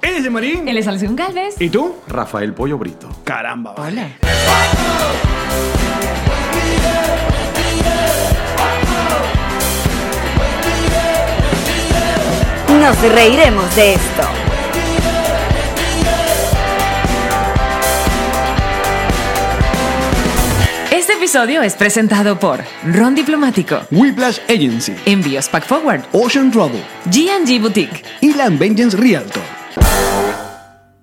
Reyes Marín. Él es Alison Galvez. ¿Y tú? Rafael Pollo Brito. Caramba. vale. Hola. Nos reiremos de esto. Este episodio es presentado por Ron Diplomático, Whiplash Agency. Envíos Pack Forward, Ocean Trouble. G&G Boutique. y la Vengeance Realtor.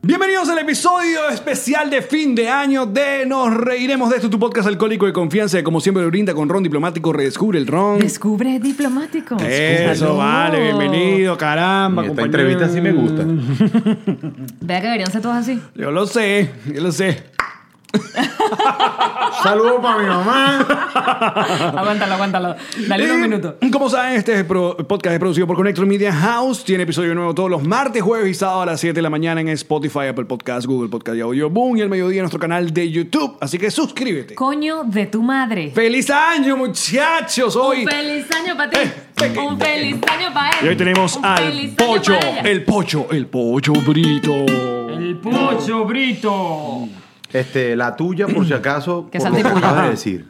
Bienvenidos al episodio especial de fin de año de Nos Reiremos de esto, tu podcast alcohólico de confianza, que como siempre brinda con Ron Diplomático, redescubre el Ron. Descubre Diplomático. Eso, Salud. vale, bienvenido, caramba. Esta compañero. entrevista sí me gusta. Mm. Vea que deberían ser todos así. Yo lo sé, yo lo sé. Saludos para mi mamá. aguántalo, aguántalo. Dale unos Y, minutos. Como saben, este pro- podcast es producido por Connector Media House. Tiene episodio nuevo todos los martes, jueves y sábado a las 7 de la mañana en Spotify, Apple Podcast, Google Podcast y Audio Boom. Y el mediodía en nuestro canal de YouTube. Así que suscríbete. Coño de tu madre. ¡Feliz año, muchachos! Hoy, Eh, Un feliz año para ti. Un feliz año para él. y hoy tenemos Un al feliz año Pocho, pa' ella. el Pocho, el Pocho Brito. El Pocho Brito. Este, la tuya, por si acaso, Que por salte lo que puya. acabas de decir.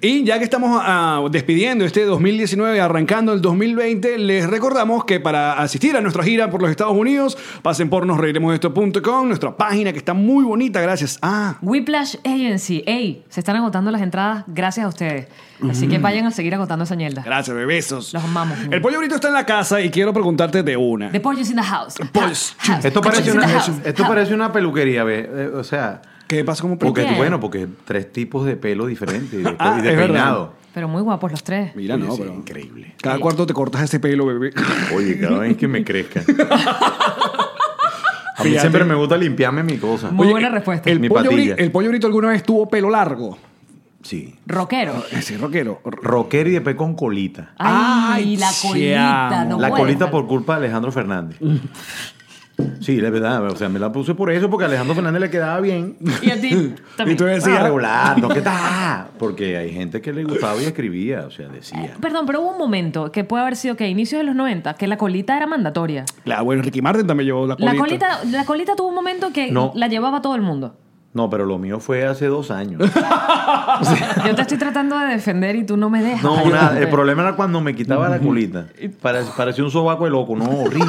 Y ya que estamos ah, despidiendo este 2019, arrancando el 2020, les recordamos que para asistir a nuestra gira por los Estados Unidos, pasen por nosreiremosesto.com, nuestra página que está muy bonita, gracias a... Whiplash Agency. Ey, se están agotando las entradas gracias a ustedes. Así Mm. que vayan a seguir agotando esa mierda. Gracias, bebesos. Los amamos. El Pollo Brito está en la casa y quiero preguntarte de una. The Porsche is in the house. Porsche. House, house. Esto The Porsche parece is in una, the house. esto House. parece una peluquería, ve. eh, O sea, ¿Qué pasa como porque qué? bueno, porque tres tipos de pelo diferentes y de, Ah, y de es verdad. peinado. Pero muy guapos los tres. Mira, no, Sí, pero... Increíble. Cada cuarto te cortas ese pelo, bebé. Oye, cada vez que me crezca. A mí Fíjate. siempre me gusta limpiarme mi cosa. Muy buena respuesta. El Mi pollo, patilla. Bri- el pollo Brito alguna vez tuvo pelo largo. Sí. Rockero. Ese rockero. Rocker y después con colita. Ay, Ay, la chamo. colita. No La puede. colita por culpa de Alejandro Fernández. Sí, la verdad, o sea, me la puse por eso, porque a Alejandro Fernández le quedaba bien. Y a ti Y tú también. decías, Ah, regular, no, ¿qué tal? Porque hay gente que le gustaba y escribía, o sea, decía. Perdón, pero hubo un momento que puede haber sido que a inicios de los 90 que la colita era mandatoria. La, bueno, Ricky Martin también llevó la colita. La colita, la colita tuvo un momento que No. la llevaba todo el mundo. No, pero lo mío fue hace dos años. Yo te estoy tratando de defender y tú no me dejas. No, Ay, nada, el hombre. problema era cuando me quitaba la colita. Pare- Parecía un sobaco de loco, no, horrible.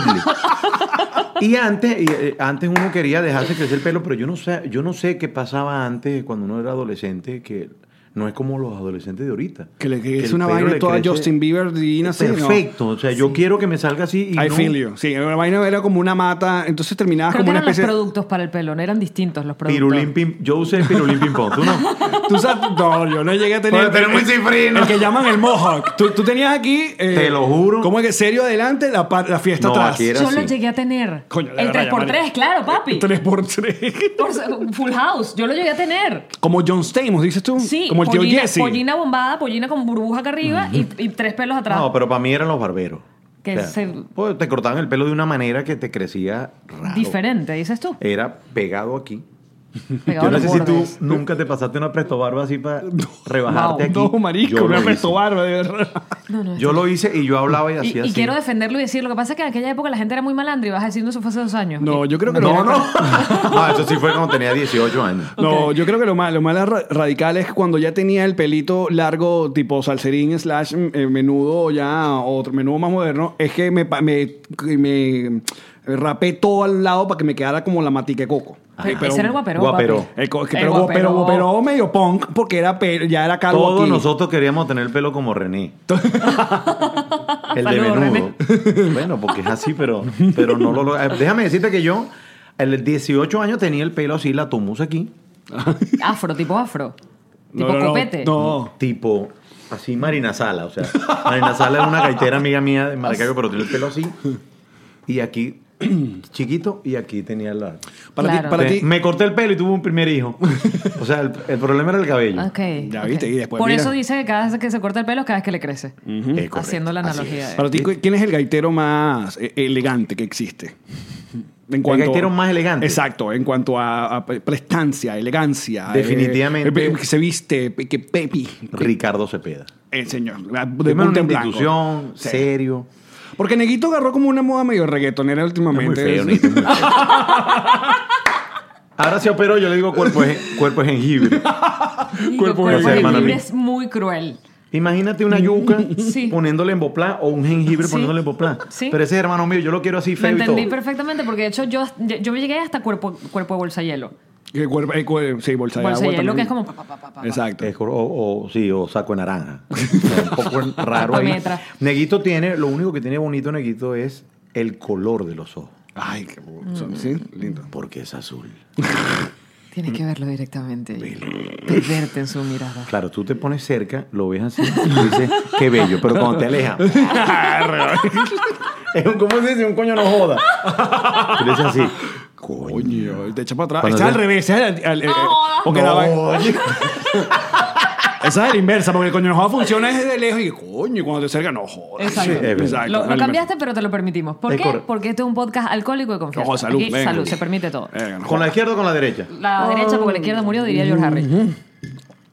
Y antes, y, eh, antes uno quería dejarse crecer el pelo, pero yo no sé, yo no sé qué pasaba antes cuando uno era adolescente, que no es como los adolescentes de ahorita. Que le- que es el una pelo vaina le toda crece- Justin Bieber divina, así, ¿no? Perfecto, o sea, yo quiero que me salga así y I no- feel you. Sí, la vaina era como una mata, entonces terminabas Creo como que una eran los especie de... productos para el pelo, no eran distintos los productos. Pirulín pim- yo usé el pirulín ping pong, tú no. Tú sabes, no, yo no llegué a tener... Pero tenemos un cifrino. El que llaman el mohawk. Tú, tú tenías aquí... eh, Te lo juro. Como que serio adelante, la, pa- la fiesta No, atrás. aquí era- Yo lo así. llegué a tener. Coño, la el verdad, 3x3, María. claro, papi. Tres por tres. Por su- Full House, yo lo llegué a tener. Como John Stamos, dices tú. Sí, Como el tío pollina, Jesse. pollina bombada, pollina con burbuja acá arriba y- y, tres pelos atrás. No, pero para mí eran los barberos. Que se- pues, te cortaban el pelo de una manera que te crecía raro. Diferente, dices tú. Era pegado aquí. Pegado Eh, yo no a sé los si tú bordes. nunca te pasaste una presto barba así para rebajarte No, aquí. marico, Yo una lo hice. presto barba, de verdad. No, no, Yo lo hice y yo hablaba y Y- hacía y, así. quiero defenderlo y decir, lo que pasa es que en aquella época la gente era muy malandra y vas diciendo eso fue hace dos años. Eh, No, Y- yo creo que lo- No, no. no, eso sí fue cuando tenía 18 años. No, yo creo que lo más, lo más ra- radical es cuando ya tenía el pelito largo, tipo salserín, slash mm, eh, menudo ya, o otro menudo más moderno, es que me, pa- me, me rapé todo al lado para que me quedara como la matica de coco. Pero- ah, ese era el guaperó, guaperó. papi. eh, El co- que- El pero, pero, guaperó. pero medio punk, porque era pe- ya era calvo Todos aquí. nosotros queríamos tener el pelo como René. el de Saludos, menudo. Bueno, porque es así, pero, pero no lo logra. Déjame decirte que yo, a los 18 años, tenía el pelo así, la tumusa aquí, Afro, tipo afro. No, tipo no, no, copete. No. tipo así Marina Sala. O sea, Marina Sala era una gaitera amiga mía de Maracaibo, pero tenía el pelo así. Y aquí, chiquito, y aquí tenía el largo. Para ti, Claro. para ti. Me corté el pelo y tuve un primer hijo. O sea, el, el problema era el cabello. Ok, Ya ok. viste, y después Por mira. Mm. eso dice que cada vez que se corta el pelo, cada vez que le crece. Es correcto, Haciendo la así analogía. es. de- Para ti, ¿quién es el gaitero más eh, elegante que existe? En gaitero más elegante. Exacto, en cuanto a, a prestancia, elegancia. eh, Definitivamente. eh, que se viste, pe- que Pepi. Ricardo Cepeda. El señor. la- De Primero punta una en blanco. institución, Sí. serio. Porque Neguito agarró como una moda medio reggaetonera últimamente. Es muy feo, Es- Neguito, es muy feo. Ahora se operó, yo le digo cuerpo de, gen- cuerpo de jengibre. Digo, Cuerpo de cuerpo de hermana jengibre mía. es muy cruel. Imagínate una yuca Sí. poniéndole en boplá o un jengibre Sí. poniéndole en boplá. Sí. Pero ese es hermano mío, yo lo quiero así Lo feo y entendí todo. perfectamente porque de hecho yo, yo llegué hasta cuerpo, cuerpo de bolsa de hielo. que cuerpo- eh, cuer- sí, bolsa de Bolsa de agua hielo que también. es como pa, pa, pa, pa, pa, pa. Exacto. Es cor- o, o- sí, o saco de naranja. un poco raro ahí. Tacometra. Neguito tiene, lo único que tiene bonito Neguito es el color de los ojos, Ay, qué Mm. bu- son- Sí, lindo. porque es azul. Tienes que verlo directamente. Perderte en su mirada. Claro, tú te pones cerca, lo ves así y dices, qué bello, pero cuando te alejas. es un, ¿Cómo se dice? Un coño no joda. Tú le dices así, coño. Coño, te echa para atrás. Cuando Ese es al te- revés, ese es al- al- eh, eh, porque la va- Coño. Esa es la inversa, porque el coño enojado funciona desde lejos y coño, y cuando te acerca, no jodas. Exacto. Sí, es verdad. Exacto, Lo, es lo la cambiaste, pero te lo permitimos. ¿Por Es qué? correcto. Porque este es un podcast alcohólico de confianza. Ojo, salud, Eh. Aquí, venga. salud, se permite todo. inversa. Venga, no ¿Con la jodas. izquierda o con la derecha? La derecha, porque la izquierda murió, diría George Harris.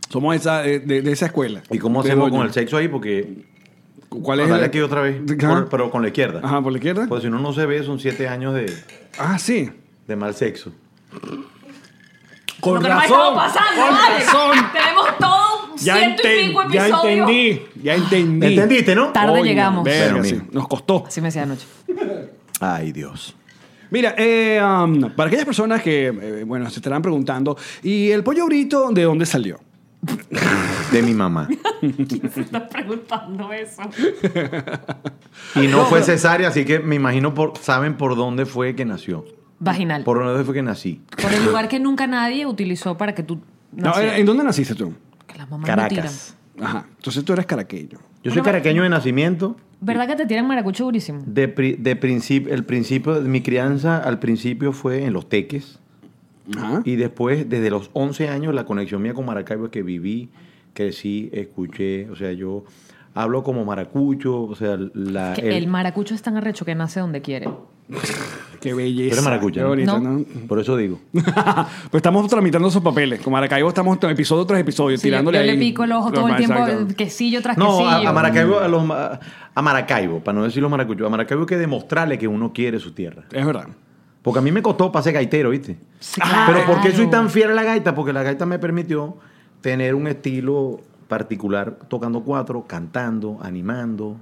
Somos esa, de, de- de esa escuela. ¿Y cómo De hacemos Goya. con el sexo ahí? Porque ¿Cuál es? dale el- aquí otra vez, Ajá. por- pero con la izquierda. Ajá, por la izquierda. Pues si no, no se ve, son siete años de, Ah, sí. de mal sexo. Con Lo que nos ha razón. estado pasando, con vale. razón. Tenemos todo Ya, ciento y enten- pico ya episodios. entendí. Ya entendí. ¿Entendiste, no? Tarde Coño, llegamos. verga, Bueno, sí, mira. Nos costó. Así me decía anoche. Ay, Dios. Mira, eh, um, para aquellas personas que, eh, bueno, se estarán preguntando, ¿y el pollo brito de dónde salió? De mi mamá. Se está preguntando eso. Y no fue cesárea, así que me imagino por, saben por dónde fue que nació. Vaginal. Por, Por dónde fue que nací. el lugar que nunca nadie utilizó para que tú No, nacieras. ¿En dónde naciste tú? Que las mamás no tiran. Caracas. Ajá. Entonces tú eres caraqueño. Yo soy caraqueño de nacimiento. ¿Verdad que te tiran maracucho durísimo? De, pri- de principio, el principio, mi crianza al principio fue en los teques. Ajá. Y después, desde los 11 años, la conexión mía con Maracaibo es que viví, crecí, escuché. O sea, yo hablo como maracucho. O sea, la, Que Ah, el- el, maracucho es tan arrecho que nace donde quiere. Qué belleza. Tú eres maracucha, Qué ¿no? bonito, No. ¿no? Por eso digo. pues estamos tramitando esos papeles. Con Maracaibo estamos t- episodio tras episodio Sí, yo, tirándole yo le ahí. pico el ojo todo el tiempo, Exacto. quesillo tras No, a, quesillo. a Maracaibo, a, los, ma- a Maracaibo, para no decir los maracuchos, a Maracaibo hay que demostrarle que uno quiere su tierra. Es verdad. Porque a mí me costó para ser gaitero, ¿viste? Sí, Pero ¿por qué claro. soy tan fiel a la gaita? Porque la gaita me permitió tener un estilo particular tocando cuatro, cantando, animando,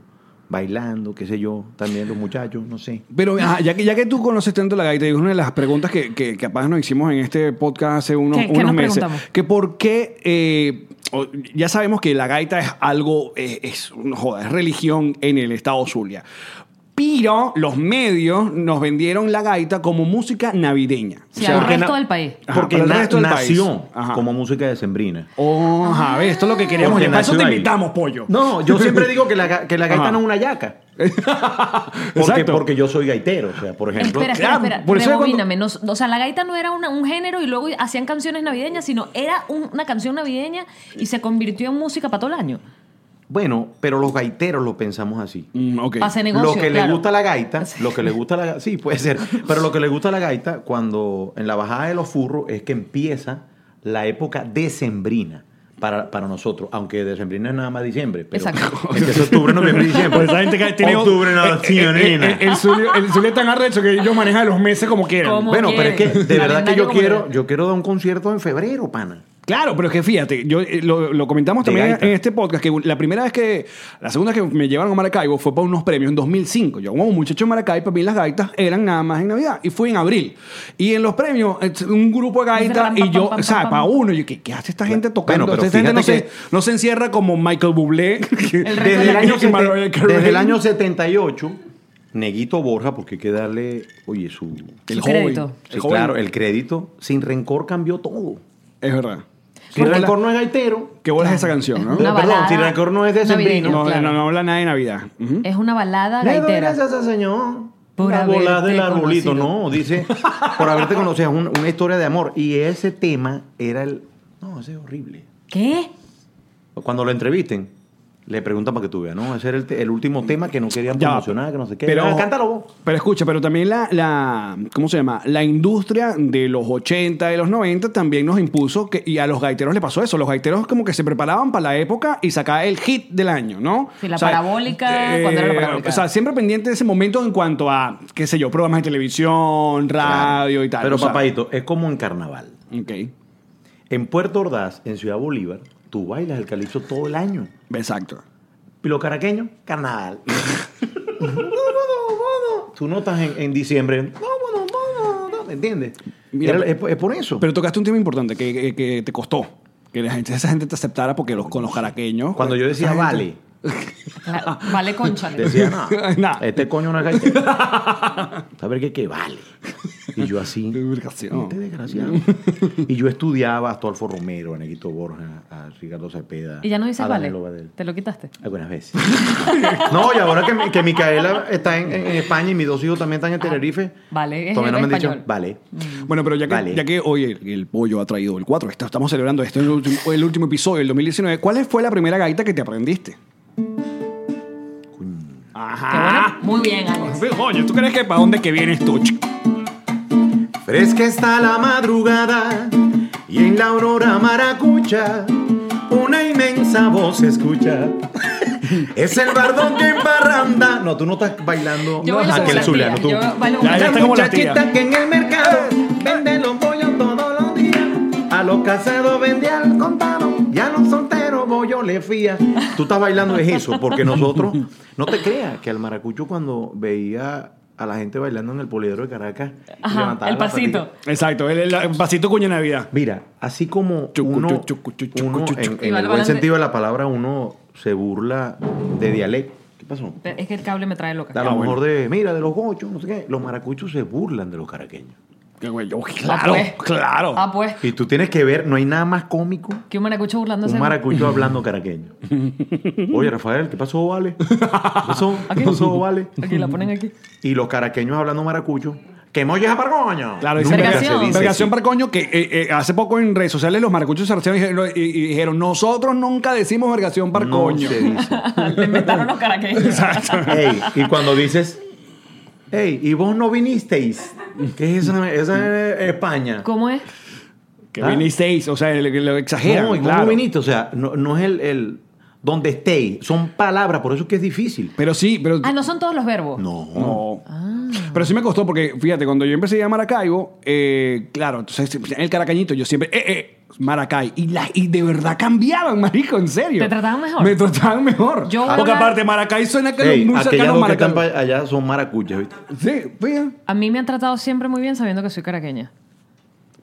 bailando, qué sé yo, también los muchachos, no sé. Pero ajá, ya, que, ya que tú conoces tanto la gaita, y es una de las preguntas que, que, que capaz nos hicimos en este podcast hace unos, ¿Qué- qué unos nos meses. preguntamos? Que por qué, eh, o- ya sabemos que la gaita es algo, eh, es, una joda, es religión en el estado Zulia. Pero los medios nos vendieron la gaita como música navideña. Sí, al porque resto na- del país. Ajá, Porque para el na- resto del país. nació Ajá. como música de sembrina. Oh, ajá, ¿ves? esto es lo que queríamos. Porque Para eso nació te ahí. invitamos, pollo. No, yo siempre digo que la, ga- que la gaita Ajá. no es una yaca. Porque, Exacto. porque yo soy gaitero, o sea, por ejemplo. Espera, espera, claro, espera. por eso es cuando- Rebobíname. No- o sea, la gaita no era una- un género y luego hacían canciones navideñas, sino era un- una canción navideña y se convirtió en música para todo el año. Bueno, pero los gaiteros lo pensamos así. Mm, ok. Para hacer negocio. lo que claro. le gusta a la gaita, Sí. lo que le gusta a la gaita, sí, puede ser, pero lo que le gusta a la gaita cuando en la bajada de los furros es que empieza la época decembrina para, para nosotros, aunque decembrina es nada más diciembre, pero Exacto. empieza octubre, noviembre, diciembre. Pues esa gente que tiene octubre, eh, noviembre, eh, eh, nena. eh, El Zulia el Zulia es tan arrecho que ellos manejan los meses como quieran. Como Bueno, pero es que quieren. de verdad que Calendario yo como quiero, quieren. yo quiero dar un concierto en febrero, pana. Claro, pero es que fíjate, yo eh, lo, lo comentamos De también gaita. en este podcast, que la primera vez que, la segunda que me llevaron a Maracaibo fue para unos premios en 2005. Yo como muchacho en Maracaibo, para mí las gaitas eran nada más en Navidad y fue en abril. Y en los premios, eh, un grupo de gaitas Pam, pam, y yo, pam, o sea, pam, para pam. uno, yo, ¿qué, qué hace esta gente tocando? pero esta gente no, fíjate se, no se encierra como Michael Bublé. Desde el, año que Mariah 70 Carey. desde el año 78, Neguito Borja, porque hay que darle, oye, su... El Su joven. crédito. El Sí, joven. claro, el crédito, sin rencor cambió todo. Es verdad. Sin Porque- rencor no es gaitero. ¿Qué bola es esa canción, no? Una Perdón, balada si rencor no es de navideña, sembrino. No, claro. no, no habla nada de Navidad. Ujú. Es una balada Le doy gaitera. gracias al Señor. Por la bola haberte del arbolito, conocido. no, dice, por haberte conocido, es un- una historia de amor. Y ese tema era el... No, ese es horrible. ¿Qué? Cuando lo entrevisten, Le preguntan para que tú veas, ¿no? Ese era el, te- el último tema que no querían Ya va. promocionar, que no sé qué. Pero, Ah, cántalo vos. Pero escucha, pero también la, la- ¿cómo se llama? La industria de los 80, de los 90 también nos impuso que, y a los gaiteros le pasó eso. Los gaiteros como que se preparaban para la época y sacaban el hit del año, ¿no? eh, Sí, la parabólica, ¿cuándo era la parabólica? O sea, siempre pendiente de ese momento en cuanto a, qué sé yo, programas de televisión, radio y tal. Pero o sea, papadito, es como en carnaval. Ok, En Puerto Ordaz, en Ciudad Bolívar, tú bailas el calipso todo el año. exacto. Y los caraqueños, carnaval. tú notas en, en diciembre, vámonos, vámonos, ¿me entiendes? Mira, Era- es, por- es por eso. Pero tocaste un tema importante que, que- que te costó. Que la gente, esa gente te aceptara porque los, con los jaraqueños. pues. Cuando yo decía vale, Claro, Vale, conchale. decía nada. Ah. Nah. Este coño no es gaitero. ¿Sabes qué? Que vale. Y yo así. Lubricación. Este desgraciado. y yo estudiaba a Astolfo Romero, a Neguito Borja, a Ricardo Cepeda. Y ya no dices a vale. Daniel Obadel. Te lo quitaste. Algunas veces. no, y ahora que, mi- que Micaela está en, en España y mis dos hijos también están en Tenerife. Ah, vale, es todavía no me han español. Mm. dicho vale. Bueno, pero ya que, Vale. ya que hoy el, el pollo ha traído el 4, estamos celebrando esto, es el último, el último episodio del 2019. ¿Cuál fue la primera gaita que te aprendiste? Qué Ah. bueno. Muy bien, Alex. Oye, ¿tú crees que para dónde que vienes tú? chico? Fresca está la madrugada y en la aurora maracucha una inmensa voz se escucha. es el bardón que embarranda. No, tú no estás bailando Yo bailo aquel como la Zuliano, tía, tú. yo bailo Ya, como ya la está tía. como la tía. Muchachita que en el mercado vende los pollos todos los días. A los casados vende al contado y a los solteros bollo le fía. Tú estás bailando es eso, porque nosotros, no te creas que al maracucho cuando veía a la gente bailando en el poliedro de Caracas, Ajá, levantaba el la pasito. patita. Exacto, el, el- el pasito cuña Navidad. Mira, así como Chucu, uno, chucu, chucu, uno chucu, en, chucu. en Iba el al buen balance. sentido de la palabra, uno se burla de dialecto. ¿Qué pasó? Pero Es que el cable me trae loca. A Ah, lo bueno. mejor de, mira, de los gochos, no sé qué. Los maracuchos se burlan de los caraqueños. Qué güey, yo, Ah, claro, pues. claro. Ah, pues. Y tú tienes que ver, no hay nada más cómico Que un maracucho burlándose. un maracucho hablando caraqueño. Oye, Rafael, ¿qué pasó, vale? ¿Qué pasó? ¿Qué Aquí. pasó, vale? Aquí la ponen aquí. Y los caraqueños hablando maracucho. ¡Que molle a pargoño! Claro, Nunca dicen se vergación. dice Vergación así. para coño, que eh, eh, hace poco en redes sociales los maracuchos se archivan y, dijeron- y- y dijeron, nosotros nunca decimos vergación para No coño. se dice. Te inventaron los caraqueños. Exacto. Ey, y cuando dices, ¡Ey, y vos no vinisteis! ¿Qué es esa? Esa es España. ¿Cómo es? Que Ah. vinisteis, o sea, lo, lo exageran. No, ¿y cómo claro. viniste? O sea, no, no es el, el donde estéis. Son palabras, por eso es que es difícil. Pero sí, pero... Ah, no son todos los verbos. No. No. Ah. Pero sí me costó porque, fíjate, cuando yo empecé a ir a Maracaibo, eh, claro, entonces el caracañito, yo siempre, eh, eh, Maracay. Y, la, y de verdad cambiaban, marico, en serio. ¿Te trataban mejor? Me trataban mejor. Yo voy a porque hablar- aparte, Maracay suena que Ey, los- muy aquellas cercano a dos que están Maracaibo. pa- allá son maracuchas, ¿viste? Sí, fíjate. A mí me han tratado siempre muy bien sabiendo que soy caraqueña.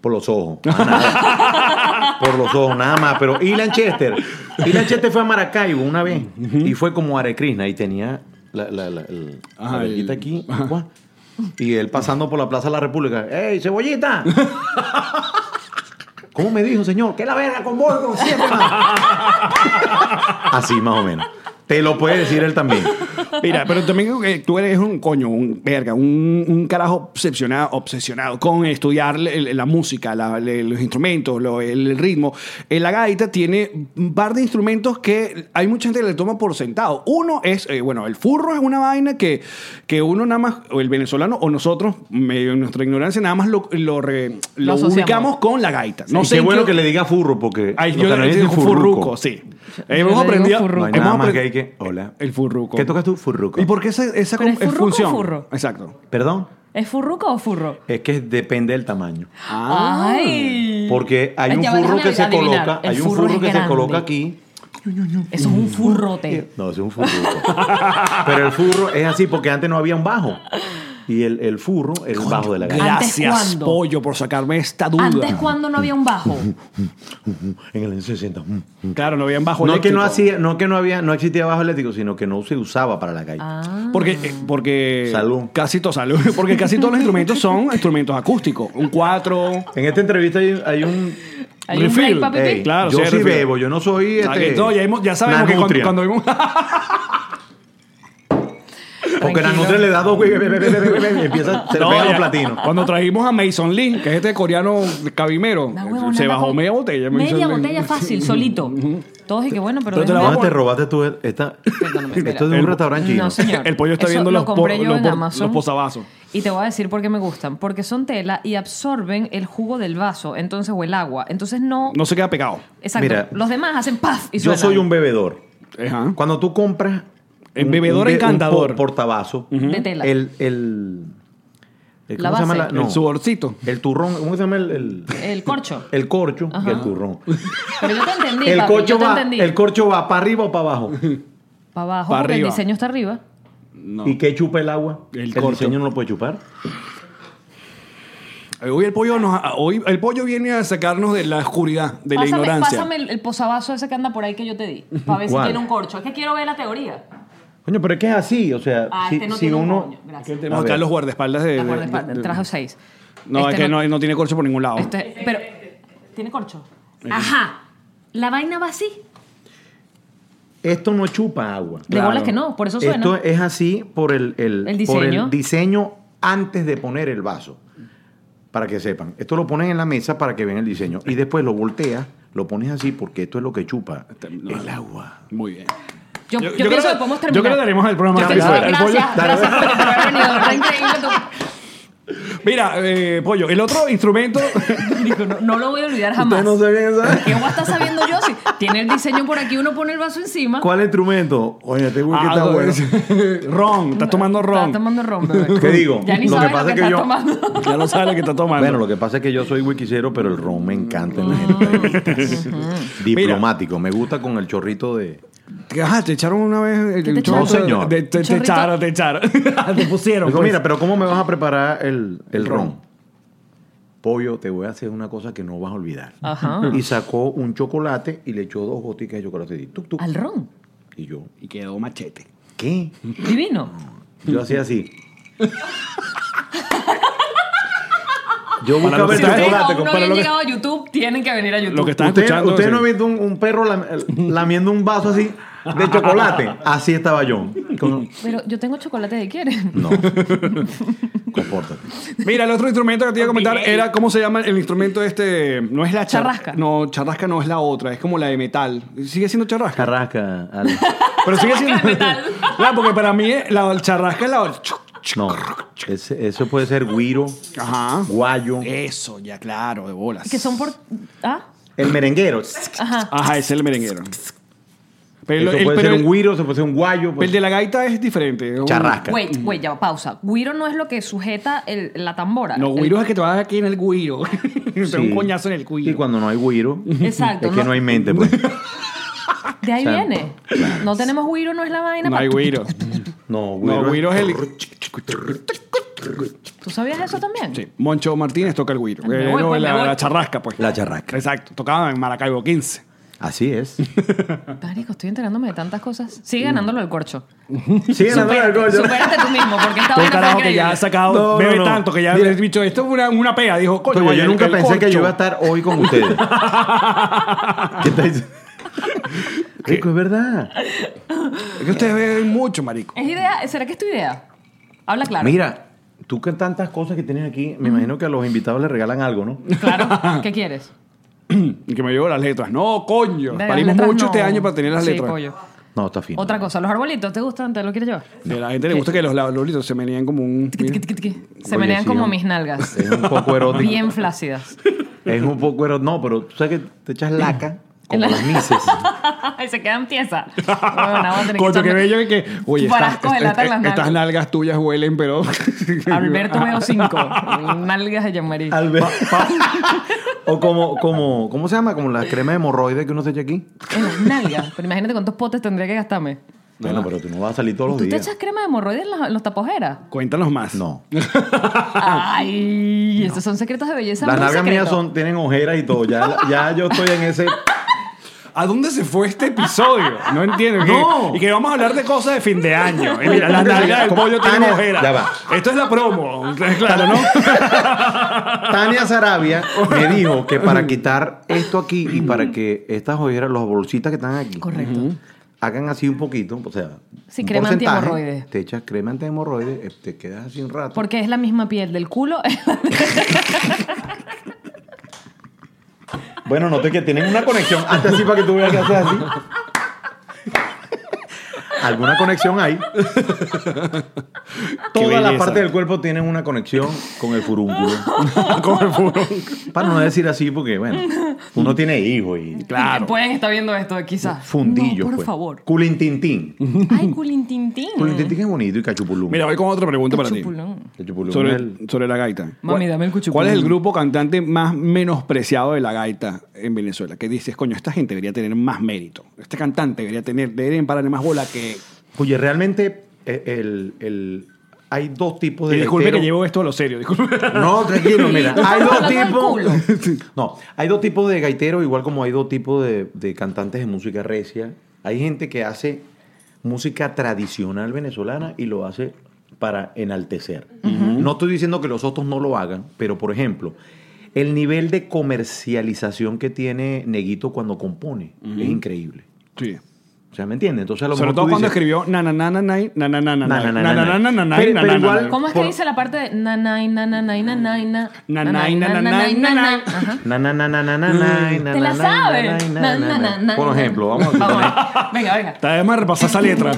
Por los ojos. más nada. Por los ojos, nada más. Pero y Lanchester. Y Lanchester fue a Maracaibo una vez. Y fue como Hare Krishna. Y tenía la, la, la- el- la Ajá, el- verguita aquí. guau. Y él pasando por la Plaza de la República. ¡Ey, cebollita! ¿Cómo me dijo, señor? ¡Que la verga con vos, como siempre, man! Así, más o menos. Te lo puede decir él también. Mira, pero también eh, tú eres un coño, un verga, un, un carajo obsesionado, obsesionado con estudiar el- la música, la- le- los instrumentos, lo- el ritmo. Eh, la gaita tiene un par de instrumentos que hay mucha gente que le toma por sentado. Uno es, eh, bueno, el furro es una vaina que, que uno nada más, o el venezolano o nosotros, medio en nuestra ignorancia, nada más lo, lo, re- lo asociamos. ubicamos con la gaita. No Y sé qué en bueno qué- que le diga furro, porque. Ay, los yo le canadienses digo dicen furruco, sí. Hemos digo aprendido. furruco. No hay hemos nada más que aprend- hay que. Hola. Eh, El furruco. ¿Qué tocas tú? Furruco. ¿Y por qué esa, esa ¿Pero es com- eh, furruco o función? furro? Exacto. Perdón. ¿Es furruco o furro? Es que depende del tamaño. Ah, ¡Ay! Ah, Porque hay un Ya va, furro déjame que se adivinar. coloca, El hay un furro furro es que se grande. coloca aquí. Eh, Eso es un furrote. No, ese es un furro. Pero el furro es así porque antes no había un bajo. Y el, el furro es el bajo de la gata. Gracias, cuándo? pollo, por sacarme esta duda. Antes, cuando no había un bajo. En el año 60. mm. Claro, no habían bajo No que no eléctrico. hacía, no que no había, no existía bajo eléctrico, sino que no se usaba para la gaita. Ah. Porque, eh, porque Salud. casi todo salud. Porque casi todos los instrumentos son instrumentos acústicos. Un cuatro. En esta entrevista hay, hay un Hay un Refill. break, papi. Ey, pi. claro, yo sí, sí, refiero. bebo, yo no soy O sea, que este, todo, ya, hemos- ya sabemos que cuando, nanutria. cuando vimos. porque Tranquilo. Nanutria le da dos güey, bebe, bebe, bebe, bebe, y empieza se le No, pegan los ya. platinos. Cuando trajimos a Mason Lee, que es este coreano cabimero, Una huevonada se bajó Ah, con- media botella. Media Mason Lee. botella fácil, solito. Todos y que bueno, pero. Pero te la déjame- voy ¿Dónde a te robaste tú esta? Esto es de El- un restaurante chino. No, señor. El pollo está Eso viendo lo los po- compré yo los en po- Amazon. los posavasos. Y te voy a decir por qué me gustan. Porque son tela y absorben el jugo del vaso, entonces, o el agua. Entonces no. No se queda pegado. exacto. Mira, los demás hacen paf y Yo suenan. soy un bebedor. Ajá. Cuando tú compras. El bebedor be- encantador. po- portavaso. De tela. El. el, el- La ¿Cómo se llama? base. la- no. El suborcito. El turrón. ¿Cómo se llama el. El, El corcho. el corcho Ajá. y el turrón. Pero yo te entendí. el, papi, corcho yo te va, entendí. el corcho va para arriba o para abajo. Para abajo, Pa' porque el arriba. diseño está arriba. No. ¿Y qué chupa el agua? El El, corcho. diseño no lo puede chupar. Eh, Hoy el pollo nos, ah, hoy el pollo viene a sacarnos de la oscuridad, de la pásame ignorancia. pásame el, el posavaso ese que anda por ahí que yo te di. Para ver si ¿Cuál? tiene un corcho. Es que quiero ver la teoría. Coño, pero es que es así. O sea, Ah, si, este no si tiene uno. un coño. Aquí Gracias. tenemos A acá ver. los guardaespaldas de. La de- guardaespaldas. de- Trajo seis. No, Este es que no, no tiene corcho por ningún lado. Este- pero, ¿Tiene corcho? Ajá. La vaina va así. Esto no chupa agua. De bolas que no, por eso suena. Esto es así por el, el- El por diseño. el diseño antes de poner el vaso. Para que sepan. Esto lo pones en la mesa para que vean el diseño. Y después lo volteas, lo pones así porque esto es lo que chupa. Este, no. el agua. Muy bien. Yo, yo, Yo- yo creo pienso que, que- podemos yo terminar. creo que daremos el programa Yo aquí pienso- fuera. El Gracias, pollo- gracias por haber venido. Está increíble tu- Mira, eh, pollo, el otro instrumento. Digo, no, no lo voy a olvidar jamás. sabían eso? ¿Qué voy a estar sabiendo yo? Si tiene el diseño por aquí, uno pone el vaso encima. ¿Cuál instrumento? Oye, tengo que está Ah, bueno. ron, estás tomando ron. Está tomando ron, bebé. ¿Qué digo? Ya ni Lo que sabes pasa lo es que que está yo- tomando. Ya lo sabes que está tomando. Bueno, lo que pasa es que yo soy wikicero, pero el ron me encanta en las Mm. entrevistas. Diplomático. Me gusta con el chorrito de... Ah, te echaron una vez el te el echaron? chorro No, señor. de- te, te Chorrito. echaron, te echaron. te pusieron. Digo, pues. mira, pero ¿cómo me vas a preparar el, el ron. ron? Pollo, te voy a hacer una cosa que no vas a olvidar. Ajá. Y sacó un chocolate y le echó dos goticas de chocolate. Y, tuc, tuc. Al ron. y yo, Y quedó machete. ¿qué? Divino. Yo hacía así. yo Para buscaba los el que están- Ustedes chocolate. aún no compadre, habían lo que- llegado a YouTube, tienen que venir a YouTube. Lo que están Usted- escuchando. usted sí. no ha visto un, un perro lam- lamiendo un vaso así de chocolate. Así estaba yo. Con- Pero yo tengo chocolate de quieren. No. Compórtate. Mira, el otro instrumento que te iba a comentar era cómo se llama el instrumento este. No es la char- Charrasca. No, charrasca no es la otra, es como la de metal. Sigue siendo charrasca. Carrasca. Ale. Pero sigue siendo. de metal. Claro, porque para mí eh, la charrasca es la. No. Ese- eso puede ser guiro, Ajá. guayo, Eso, ya claro, de bolas. Que son por. Ah, el merenguero. ajá. Ajá, ese es el merenguero. Pero, Eso el, puede pero ser el- un guiro, eso puede ser un guayo. puede- el de la gaita es diferente. es un- Charrasca. Wait, Mm. wait, ya, pausa. Guiro no es lo que sujeta el- la tambora. No, El- guiro es el que te va a dar aquí en el guiro. Te da un Sí. coñazo en el guiro. Y cuando no hay guiro, Exacto, es que no- no, hay mente. Pues. De ahí O sea, viene. No tenemos guiro, no es la vaina. No pa- hay guiro. No, guiro. No, guiro es el. ¿Tú sabías eso también? Sí, Moncho Martínez toca el güiro. Me Eh, voy, no, pues, me la, voy. la charrasca, pues. La charrasca. Exacto. Tocaba en Maracaibo 15. Así es. Marico, estoy enterándome de tantas cosas. Mm. Sigue ganándolo el corcho. Sí, Supérate, supérate tú mismo, porque esta Todo vaina fue carajo que increíble. ya ha sacado, No, bebe no, no. tanto, que ya Mira. el bicho, esto es una, una pega. Dijo, coño, Oye, vaya, Pues, yo nunca el pensé que corcho. yo iba a estar hoy con ustedes. ¿Qué tal? Rico, es verdad. Es que ustedes ven mucho, marico. ¿Es idea? ¿Será que es tu idea? Habla claro. Mira, tú con tantas cosas que tienes aquí, me imagino que a los invitados les regalan algo, ¿no? Claro. ¿Qué quieres? Y que me llevo las letras. No, coño. De las Parimos letras, mucho no. este año para tener las Sí, letras. pollo. No, está fino. Otra cosa, los arbolitos, ¿te gustan? ¿Te lo quieres llevar? Y a la gente le gusta que los labolitos se menean como un. Tiqui, tiqui, tiqui, tiqui. Se Oye, menean sí, como un- mis nalgas. Es un poco erótico. Bien flácidas. Es un poco erótico. No, pero tú sabes que te echas laca En como la- las mises. y se quedan tiesas. Bueno, vamos a tener que Coño, qué echarme- bello que. que- Oye, estas, Barasco de lata en las estas- estas nalgas. nalgas tuyas huelen, pero. Alberto veo 5. Nalgas de Jean-Marie. Albert. o como, como, ¿cómo se llama? Como la crema de hemorroides que uno se echa aquí. En las nalgas. Pero imagínate cuántos potes tendría que gastarme. Bueno, pero tú no vas a salir todos los ¿Tú te días. echas crema de hemorroides en, las- en los tapojeras? Cuéntanos más. No. Ay, esos son secretos de belleza. Las muy nalgas mías secretos. son, tienen ojeras y todo. Ya, ya yo estoy en ese. ¿A dónde se fue este episodio? No entiendo. que- No. y que vamos a hablar de cosas de fin de año. Y mira, las nalgas del Como pollo tienen Tania- ojeras. Ya va. Esto es la promo. Claro, ¿no? Tania Sarabia me dijo que para quitar esto aquí y para que estas ojeras, los bolsitas que están aquí, Correcto. hagan así un poquito, o sea, Sí, un crema porcentaje, antihemorroides. Te echas crema antihemorroides, eh, te quedas así un rato. Porque es la misma piel del culo. Bueno, noté que tienen una conexión. Antes así para que tú veas que haces así. Alguna conexión hay. Toda la belleza. parte del cuerpo tienen una conexión con el furúnculo. Con el furón. Para no decir así, porque bueno, uno tiene hijos y Claro. Pueden estar viendo esto, quizás. fundillos. No, por pues. favor. Mm. Culintintín. Ay, culintintín. Culintintín es bonito y cachupulum. Mira, voy con otra pregunta para ti. Chupulón. Cachupulum Sobre, es el- sobre la gaita. Mami, ¿Cuál- dame el cuchucún. ¿Cuál es el grupo cantante más menospreciado de la gaita en Venezuela? Que dices, coño, esta gente debería tener más mérito. Este cantante debería tener, deberían pararle más bola que. Oye, realmente eh, el, el- hay dos tipos de. Y disculpe que gaiteros. llevo esto a lo serio, disculpe. No, tranquilo, mira. Tú estás Hay dos hablando del tipos. No, hay dos tipos de gaiteros, igual como hay dos tipos de, de cantantes de música recia. Hay gente que hace música tradicional venezolana y lo hace para enaltecer. No estoy diciendo que los otros no lo hagan, pero por ejemplo, el nivel de comercialización que tiene Neguito cuando compone es increíble. Sí. O sea, ¿me entiendes? Entonces, a lo Sobre mejor todo tú cuando dices- escribió na na na na nai, na na na na Na, nai, na, na na na, na na na, na nai, Pero- na pero na igual- na na. ¿Cómo es que Por- dice la parte de nanay, nanay, nanay, na- Nanay, nanay, nanay, nanay, nanay? nanay. Ajá. Na, na, na, na, na, na, na, na, ¿Te la na, na, sabes? na, na, na, na, na. Por ejemplo, vamos a Vamos. a ver. Venga, venga. Te además repasar esa letra.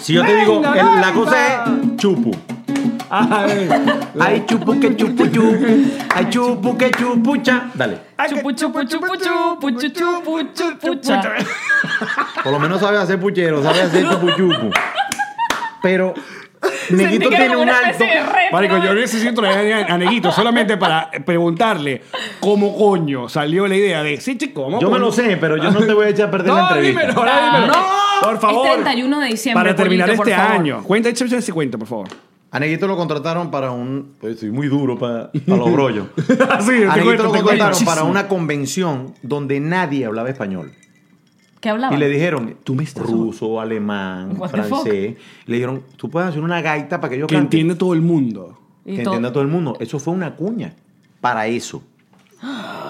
Si yo te digo, Venga, el- la venga. cosa es chupu. Ah, Ay, Ay, chupu que chupu chupu. Ay, chupu que chupucha. Dale. ay, Chupu, chupu, chupu, chupu, chupu, chupu, chupu, cha. Por lo menos sabe hacer puchero, sabe hacer chupu chupu. Pero Sentí Neguito que era tiene como un una alto. especie de Eh, retro. Marico, yo necesito traer a- a Neguito solamente para preguntarle cómo coño salió la idea de, sí, chico, vamos a Yo me poner- lo sé, pero yo no te voy a echar a perder la No, entrevista. dímelo, ahora dímelo. Ah, No. Por favor. Es 31 de diciembre, Para terminar Polito, por este favor. año. Cuenta, échame ese cuento, por favor. A Neguito lo contrataron para un. Pues soy muy duro para, los brollos. Así, A Neguito lo contrataron para Muchísimo. una convención donde nadie hablaba español. ¿Qué hablaba? Y le dijeron, tú me estás- ruso, alemán, What the fuck? francés. Le dijeron, tú puedes hacer una gaita para que yo Que entiende todo el mundo. Y que todo. entienda todo el mundo. Eso fue una cuña para eso.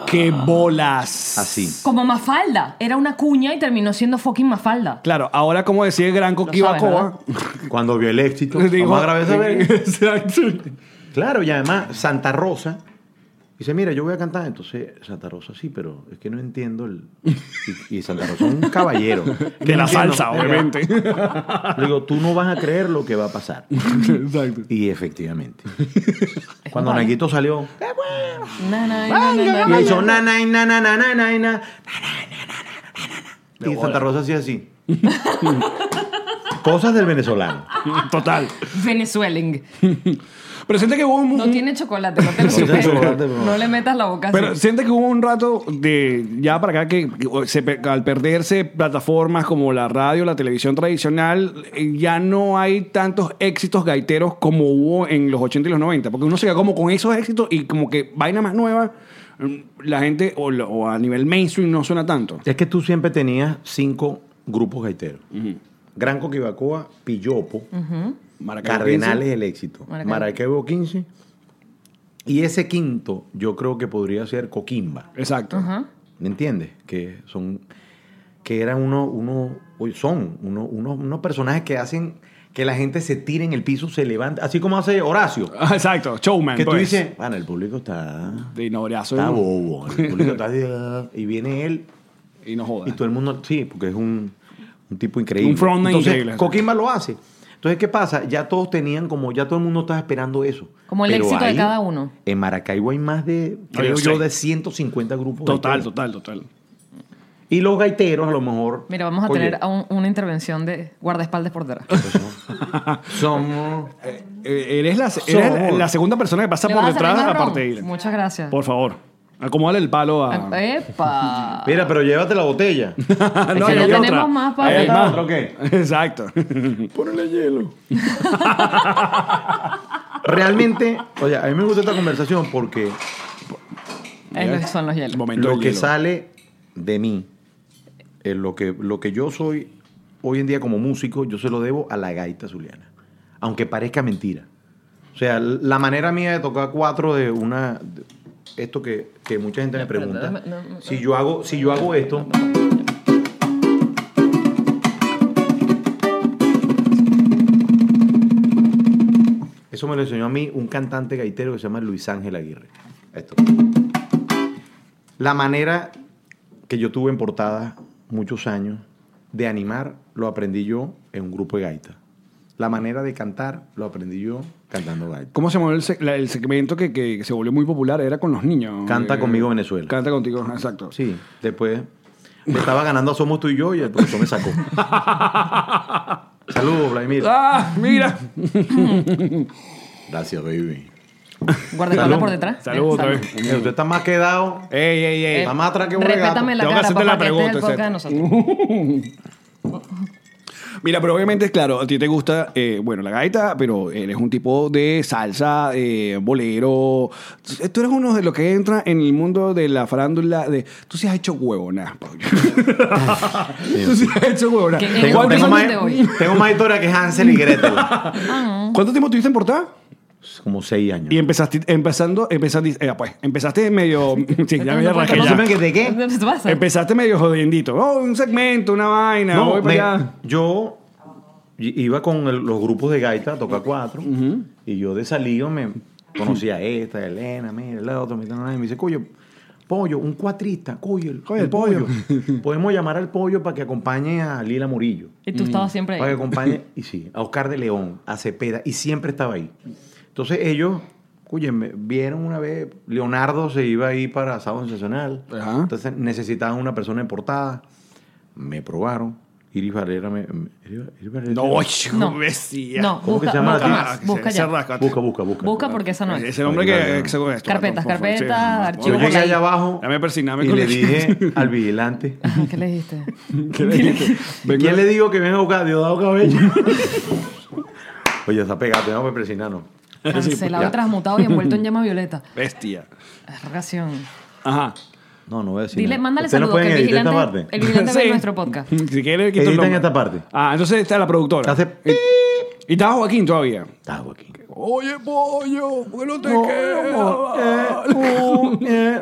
¡Qué bolas! Así. Como Mafalda. Era una cuña y terminó siendo fucking Mafalda. Claro, ahora como decía el gran Coqui sabes, Bacoa, Cuando vio el éxito, digo- vamos a grabar esa vez. Exacto. Claro, y además Santa Rosa dice, mira, yo voy a cantar. Entonces, Santa Rosa sí, pero es que no entiendo el... Y, y Santa Rosa es un caballero. De la salsa, obviamente. Le digo, tú no vas a creer lo que va a pasar. Exacto. Y efectivamente. Cuando Naguito salió, Nanay, nanay, Y nanay. él hizo na na na na na na na na na na, na, na. Y Santa Rosa hacía así. Cosas del venezolano. Total. Venezueling. Pero siente que hubo un... No tiene chocolate, no te lo No tiene superes. chocolate, bro. No le metas la boca Pero así. siente que hubo un rato de ya para acá que que se pe- al perderse plataformas como la radio, la televisión tradicional, eh, ya no hay tantos éxitos gaiteros como hubo en los 80 y los 90, porque uno se queda como con esos éxitos y como que vaina más nueva, mm, la gente o, lo- o a nivel mainstream no suena tanto. Es que tú siempre tenías cinco grupos gaiteros. Gran Coquibacoa, Pillopo, Maracaibo Cardenales el éxito, Maracaibo. Maracaibo 15. Y ese quinto yo creo que podría ser Coquimba. 15. Exacto. Ajá. ¿Me entiendes? Que son. Que eran uno, uno, uy, son uno, uno- unos personajes que hacen que la gente se tire en el piso, se levanta, así como hace Horacio. Ah, Exacto, showman. Que tú pues. dices, bueno, el público está, de inobrazo está bobo, el público está así, y viene él y no jodas. y todo el mundo, sí, porque es un, un tipo increíble. Un frontman Entonces, increíble. Coquimba lo hace. Entonces, ¿qué pasa? Ya todos tenían como, ya todo el mundo estaba esperando eso. Como el éxito de cada uno. En Maracaibo hay más de, yo creo yo, sé. de 150 grupos. Total, gaiteros. total, total. Y los gaiteros a lo mejor... Mira, vamos a oye, tener a un- una intervención de guardaespaldas por detrás. Somos... Eh, Eres la, eres la segunda persona que pasa ¿Le por vas a detrás sacar más aparte de ron? ir. Muchas gracias. Por favor, acomódale el palo Ah, a. ¡Epa! Mira, pero llévate la botella. Ah, Es que y ya hay tenemos otra. más para- Ahí Ya hay está más. otra, ok. Exacto. Realmente, oye, a mí me gusta esta conversación porque Es lo que son los hielos. Momento lo del que hielo. sale de mí, eh, lo, que, lo que yo soy hoy en día como músico, yo se lo debo a la gaita zuliana. Aunque parezca mentira. O sea, la manera mía de tocar cuatro de una... de- esto que, que mucha gente me pregunta. espérate, dame- no, Si yo hago, si yo hago esto... Eso me lo enseñó a mí un cantante gaitero que se llama Luis Ángel Aguirre. Esto. La manera que yo tuve en portada muchos años de animar lo aprendí yo en un grupo de gaita. La manera de cantar lo aprendí yo cantando gaita. ¿Cómo se llamó el, se- la- el segmento que, que se volvió muy popular? Era con los niños. Eh, Canta conmigo, Venezuela. Canta contigo, exacto. Sí, después me estaba ganando a Somos tú y yo y el profesor me sacó. Saludos, Vladimir. ¡Ah, mira! Gracias, baby. Guardacola Salud. por detrás. Eh, Saludos otra vez. Eh, Usted está más quedado. ¡Ey, ey, ey! Está más atrás que un regato. Respétame la Tengo que cara, hacerte papá, la que este es el pregunta, podcast de nosotros. Mira, pero obviamente, claro, a ti te gusta, eh, bueno, la gaita, pero eres un tipo de salsa, eh, bolero. Tú eres uno de los que entra en el mundo de la farándula de... Tú sí has hecho huevonas, Pablo. Tú sí has hecho huevonas. Que- que- Tengo, ¿Cuántos tengo años- más, de hoy? tengo más historia que Hansel y Gretel. Ah, ¿Cuánto tiempo tuviste en portada? Como seis años. Y empezaste, empezando, empezaste, eh, pues, empezaste medio... sí, ya me Entonces, rajé ¿no? ya. ¿Saben que de qué? ¿Qué te pasa? Empezaste medio jodiendito. Oh, un segmento, una vaina, No, voy para me- allá. yo i- iba con el- los grupos de gaita a tocar cuatro y yo de salido me conocía a esta, a Elena, mira, la otra, me dice, "Ay", me dice, coño, pollo, un cuatrista, coño, el, Coño, el el pollo. pollo". Podemos llamar al pollo para que acompañe a Lila Murillo. Y tú estabas siempre Para que ahí. acompañe, y sí, a Oscar de León, a Cepeda, y siempre estaba ahí. Entonces ellos, oye, me vieron una vez, Leonardo se iba ahí para Sábado Sensacional, Ajá. entonces necesitaban una persona en portada, me probaron, Iris Barrera me... me- Iris- Iris Barrera- No, No. bestia. No, ¿Cómo que busca, se llama la busca tía? más, busca Se ya. rasca. Busca, busca, busca. Busca Ah, porque esa no es. Ese hombre Ay, que, claro. que se esto. Carpetas, por favor, sí. carpetas, Yo archivos. llegué allá abajo Ya me persinaba y con le el- dije al vigilante, Ajá, Ah, ¿Qué le dijiste? ¿Qué le dije? Vengo- ¿quién le digo que venga a buscar a Diosdado Cabello? oye, está pegado, tenemos que presionarnos. Cancelado, pues ya. transmutado y envuelto en llama violeta. Bestia. Relación. Ajá. No, no voy a decir Dile, nada. mándale Ustedes no saludos que pueden el editar esta vigilante, parte. el vigilante ve Sí. nuestro podcast. Si quiere, quito el Editen nombre. esta parte. Ah, entonces está la productora. Hace pi. Y está Joaquín todavía. Está, Joaquín. Oye, pollo, ¿por qué Ah, no te eh,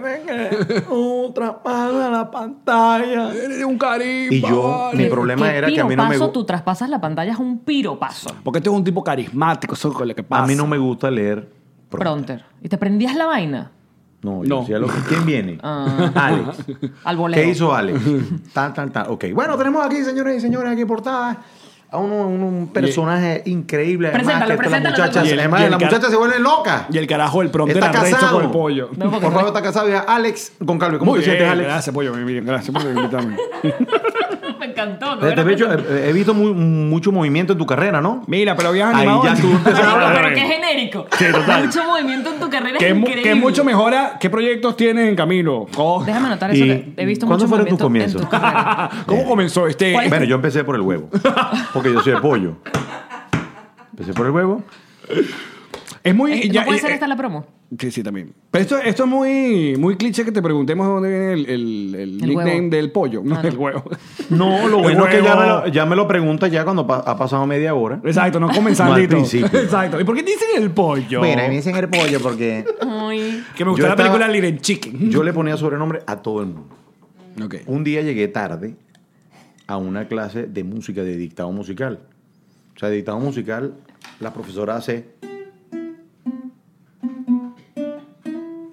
Otra paga la pantalla. Eres un carisma. Y yo, mi ¿Qué- problema Eh, qué era que a mí no me piropazo? gusta. tú traspasas la pantalla es un piropaso. Porque este es un tipo carismático, eso es con lo que pasa. A mí no me gusta leer. pronto. Pronter. ¿Y te prendías la vaina? No, No. yo decía lo que- ¿Quién viene? Ah. Alex. Al voleo. ¿Qué hizo Alex? Tan, tan, tan. Ok. Bueno, tenemos aquí, señores y señores, aquí en portada. A uno, un, un personaje increíble. Además, Preséntalo, que esta- la preséntalo, muchacha, y el- además, y el la car- muchacha se vuelve loca. Y el carajo del prompter Está arrecho casado. con el pollo. No, porque Por no- favor, está casado. Ya, Alex Goncalves, ¿cómo Muy te sientes, bien, Alex? gracias, pollo. muy bien, Gracias por invitarme. me encantó. Te- te he, Eh, hecho- he- he visto muy- mucho movimiento en tu carrera, ¿no? Mira, pero habías Ahí animado. ya tú Marico, empezabas. pero qué genérico. Mucho movimiento en tu carrera. Que, es mu- increíble. que mucho mejora. ¿Qué proyectos tienes en camino? Co- Déjame anotar eso. ¿Y que he visto cuándo mucho fueron tus movimiento comienzos? en tu carrera. ¿Cómo comenzó este? ¿Cuál es- Bueno, yo empecé por el huevo. Porque yo soy de pollo. Empecé por el huevo. Es muy. Eh, ya- ¿No puede eh, ser eh, esta la promo? Sí, sí, también. Pero esto, esto es muy, muy cliché que te preguntemos de dónde viene el, el, el El nickname huevo. del pollo, no Ah, no. del huevo. No, lo El bueno es que ya huevo. me lo, ya me lo pregunta ya cuando pa- ha pasado media hora. Exacto, no No, al comenzandito. principio. Exacto. ¿Y por qué te dicen el pollo? dicen el pollo porque... Ay. que me Yo gustó la estaba- película Little Chicken. Yo le ponía sobrenombre a todo el mundo. Ok. Un día llegué tarde a una clase de música, de dictado musical. O sea, de dictado musical, la profesora hace...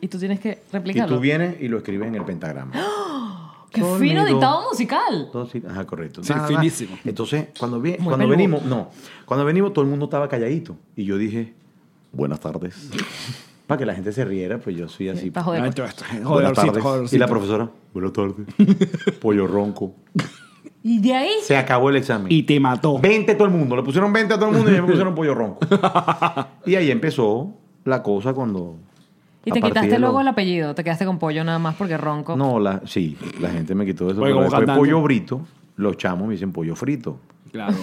Y tú tienes que Y replicarlo. tú vienes y lo escribes en el pentagrama. ¡Qué Sonido. fino dictado musical! Todo sí, ajá, correcto. Sí, más. finísimo. Entonces, cuando, vi- Muy cuando peludo. venimos, no, cuando venimos todo el mundo estaba calladito y yo dije, buenas tardes. Para que la gente se riera, pues yo soy así. Para Buenas joder. Ah, pues. esto, esto. Jodercito, tardes. jodercito. Y la profesora, buenas tardes. Pollo ronco. Y de ahí, Se acabó el examen. Y te mató. 20 todo el mundo, le pusieron 20 a todo el mundo y a mí me pusieron pollo ronco. Y ahí empezó la cosa cuando... y a te partir de quitaste los- luego el apellido. Te quedaste con pollo nada más porque ronco. No, la, sí, la gente me quitó eso. Oye, pero como después cantante. pollo brito, los chamos me dicen pollo frito. Claro.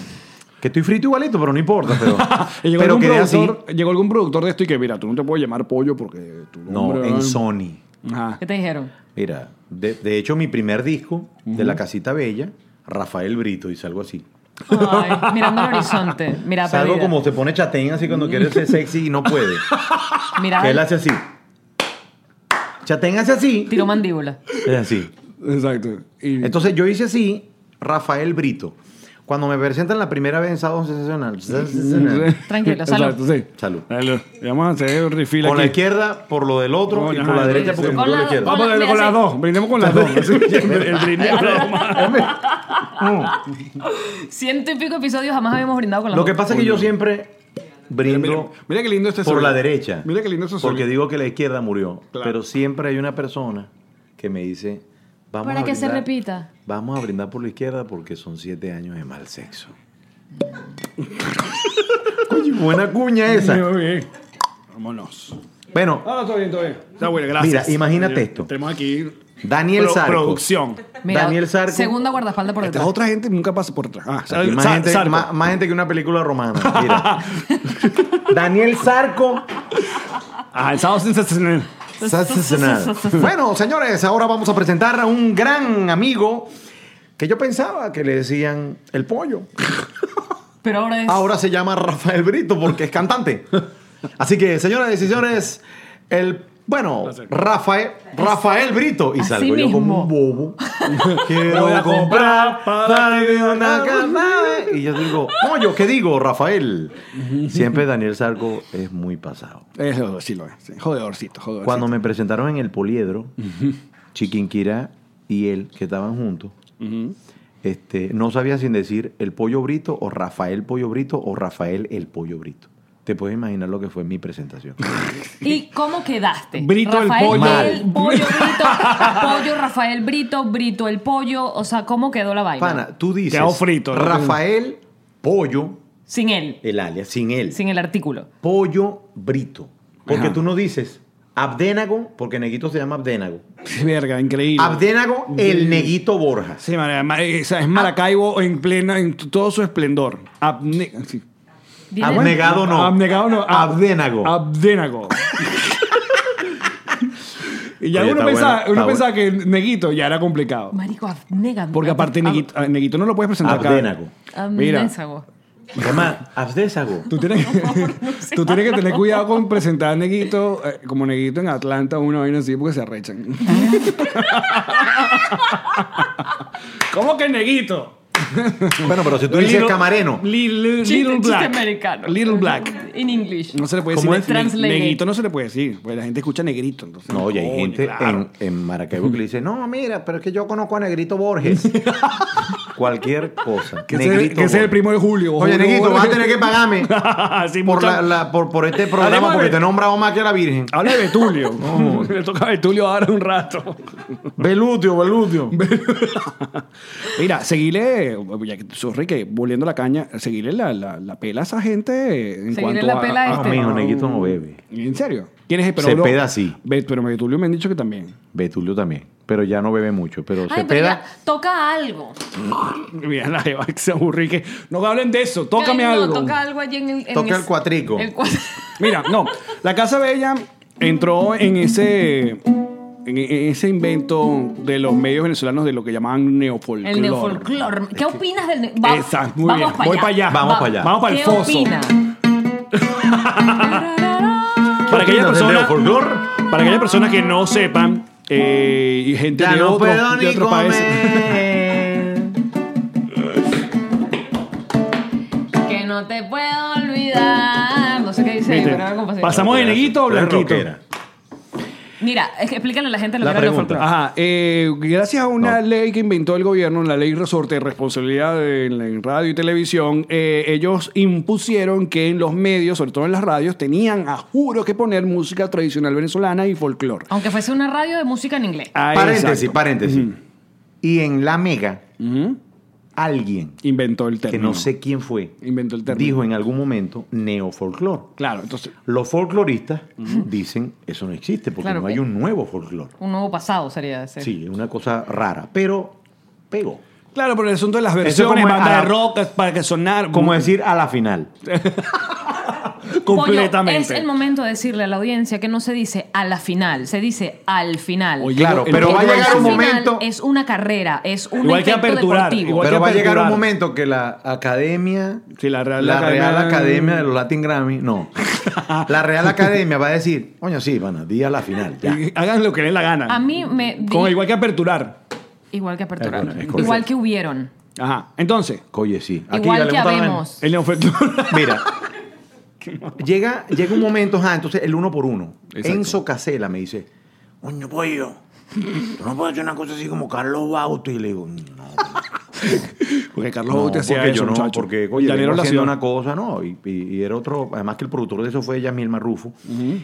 Que estoy frito igualito, pero no importa. Pero, Y llegó, pero algún quedé así. productor, llegó algún productor de esto y que, mira, tú no te puedes llamar pollo porque tu No, nombre- en Sony. Ajá. ¿Qué te dijeron? Mira, de, de hecho, mi primer disco de La Casita Bella, Rafael Brito, dice algo así. Ay, mirando el horizonte. Mira, Salgo perdida. como se pone chatén así cuando quiere ser sexy y no puede. Mira, Que él hace así. Chatén hace así. tiró mandíbula. Es así. Exacto. Y- Entonces yo hice así, Rafael Brito. Cuando me presentan la primera vez en Sábado Sensacional. Tranquilo, salud. Exacto, sí. Salud. Salud. Y Vamos a hacer un refill Por la aquí. izquierda, por lo del otro Coño, y por la ajá, derecha sí, porque sí. por Con la la- izquierda. con Vamos a mira, con las sí. dos. Brindemos con las dos. así. el brindis con las dos. Ciento y pico episodios jamás habíamos brindado con la Lo que pasa es que yo siempre brindo Mira- mira qué lindo este por sol. la derecha. Mira qué lindo este sol. Porque digo que la izquierda murió. Claro. Pero siempre hay una persona que me dice. Vamos Para a que se brindar- repita. Vamos a brindar por la izquierda porque son siete años de mal sexo. Coño, buena cuña esa. Muy bien. Vámonos. Bueno, Ahora todo bien, todo bien. Está bueno, gracias. Mira, imagínate Señor, esto. Tenemos aquí Daniel pro- Sarco. producción. Mira, Daniel Sarco. Este Segunda guardaespalda por Esta detrás. es otra gente nunca pasa por atrás. Ah, Aquí más, Sa- gente, Sarco. más- más gente que una película romana. Mira. Daniel Sarco. Ah, el sábado sensacional. Sensacional. bueno, señores, ahora vamos a presentar a un gran amigo que yo pensaba que le decían el pollo. Pero ahora es. Ahora se llama Rafael Brito porque es cantante. Así que, señoras y señores, el bueno, Rafael, Rafael Brito. Y Así salgo yo mismo. como un bobo. Quiero comprar para mí una casa. Y yo digo, pollo, ¿qué digo, Rafael? Siempre Daniel Sarco es muy pasado. Es lo- sí lo es. sí. Jodedorcito, jodedorcito. Cuando me presentaron en el Poliedro, Chiquinquirá y él, que estaban juntos, este, no sabía sin decir el pollo brito o Rafael Pollo Brito o Rafael el Pollo Brito. Te puedes imaginar lo que fue mi presentación. ¿Y cómo quedaste? Brito el Rafael pollo. el pollo Brito, pollo Rafael Brito, Brito el pollo. O sea, ¿cómo quedó la vaina? Pana, tú dices Quedó frito, ¿no? Rafael Pollo, Sin él, el alias, sin él. sin el artículo. Ah, Pollo Brito. Porque Ajá. tú no dices Abdenago, porque Neguito se llama Abdenago. Verga, increíble. Abdenago, el Neguito Borja. Sí, mara- ma- eh, o sea, es Maracaibo en plena, en t- todo su esplendor. Abne- sí. Dile- Abnegado no. Abnegado no. Ab- Abdenago. Abdenago. y ya Oye, uno está pensaba, bueno, uno está pensaba que Neguito ya era complicado. Marico, abnegado. Porque aparte Neguito, a Neguito no lo puedes presentar acá. Abdenago. Mira. Abnésago. Se llama Abdesago. Tú tienes, que, tú tienes que tener cuidado con presentar a Neguito eh, como Neguito en Atlanta o una vaina así porque se arrechan. ¿Cómo que Neguito? Bueno, pero si tú dices camareno. Little, little Chiste- chiste Black. americano. Little Black. In English. No se le puede ¿Cómo decir. es? Translated. Neguito no se le puede decir. Porque la gente escucha negrito. Entonces, No, oye, hay coño, gente claro. en, en Maracaibo que le dice, no, mira, pero es que yo conozco a Negrito Borges. Cualquier cosa. Que ese- que ese es el Borges. primo de Julio. Oye, Julio Negrito, vas a Borges. tener que pagarme Sí, por, mucha- la- la- por, por este Hablemos programa de- porque te he nombrado más que la Virgen. Habla de Betulio. Le toca a Betulio ahora un rato. Belutio, Belutio. Mira, seguile, ya que sos rique, volviendo la caña, seguile la, la, la pela a esa gente en Seguile cuanto la a- pela a a... este. Amigo, Neguito Ah, no bebe. ¿En serio? ¿Quién es el Se peda, sí. Ve- Pero me Betulio me han dicho que también. Betulio también. Pero ya no bebe mucho. Pero Ay, se pero peda. ya toca algo. Mira la jeva que se aburrí que no hablen de eso, tócame Ay, no, algo. Toca algo allí en el. en Toca ese- el cuatrico. El cuatrico. Mira, no, la Casa Bella entró en ese en ese invento de los medios venezolanos de lo que llamaban neofolclor. El neofolclor. ¿Qué opinas del ne- va- Exacto, muy vamos bien. Voy para allá. Vamos para allá. Vamos para el ¿Qué foso. opina? Para aquella opinas del persona, neofolclor? para aquella persona que no sepan eh, y gente Ya de, no otro, puedo de ni otro país. comer. Que no te puedo olvidar. No sé qué dice, Viste, pero algo pasa. Pasamos de neguito a Tú eres blanquito. rockera. Mira, es que explícale a la gente lo La que era el pregunta. folclore. Ajá, eh, gracias a una No. ley que inventó el gobierno, la ley resorte de responsabilidad de- en, la- en radio y televisión, eh, ellos impusieron que en los medios, sobre todo en las radios, tenían a juro que poner música tradicional venezolana y folclore. Aunque fuese una radio de música en inglés. Ah, Paréntesis, exacto. paréntesis. Y en la mega, Ujú. alguien Inventó el que término. no sé quién fue, Inventó el término. dijo en algún momento neofolclor. Claro, entonces. Los folcloristas dicen eso no existe porque Claro no que- hay un nuevo folclor. Un nuevo pasado sería ese. Sí, es una cosa rara, pero pegó. Claro, por el asunto de las es versiones, como- banda ah, de rock, para que sonar Como decir a la final. Pollo, completamente. es el momento de decirle a la audiencia que no se dice a la final, se dice al final. Oye, Claro, el- pero va a Porque llegar al un final momento. Es una carrera, es un Igual que evento aperturar, deportivo. igual- Pero que va a llegar un aperturar. momento que la academia. Sí, la Real la Real Academia- Academia de los Latin Grammy. No. la Real Academia va a decir, coño, sí, van a día a la final. Ya. Y Hagan lo que les dé la gana. A mí me. Como igual que aperturar. Igual que aperturar. Es correcto, es correcto. Igual que hubieron. Ajá. Entonces, Oye, sí. Igual dale que un talán. habemos. el neofector. Mira, llega, llega un momento, ajá, entonces el uno por uno. Enzo Casela me dice, coño, pollo, tú no puedes hacer una cosa así como Carlos Bauto. Y le digo, no, Porque Carlos no, Bauti hacía porque eso, yo no, muchacho. porque, oye, Llanero vengo la haciendo ciudad. una cosa, no, y, y- y era otro, además que el productor de eso fue Yamil Marrufo.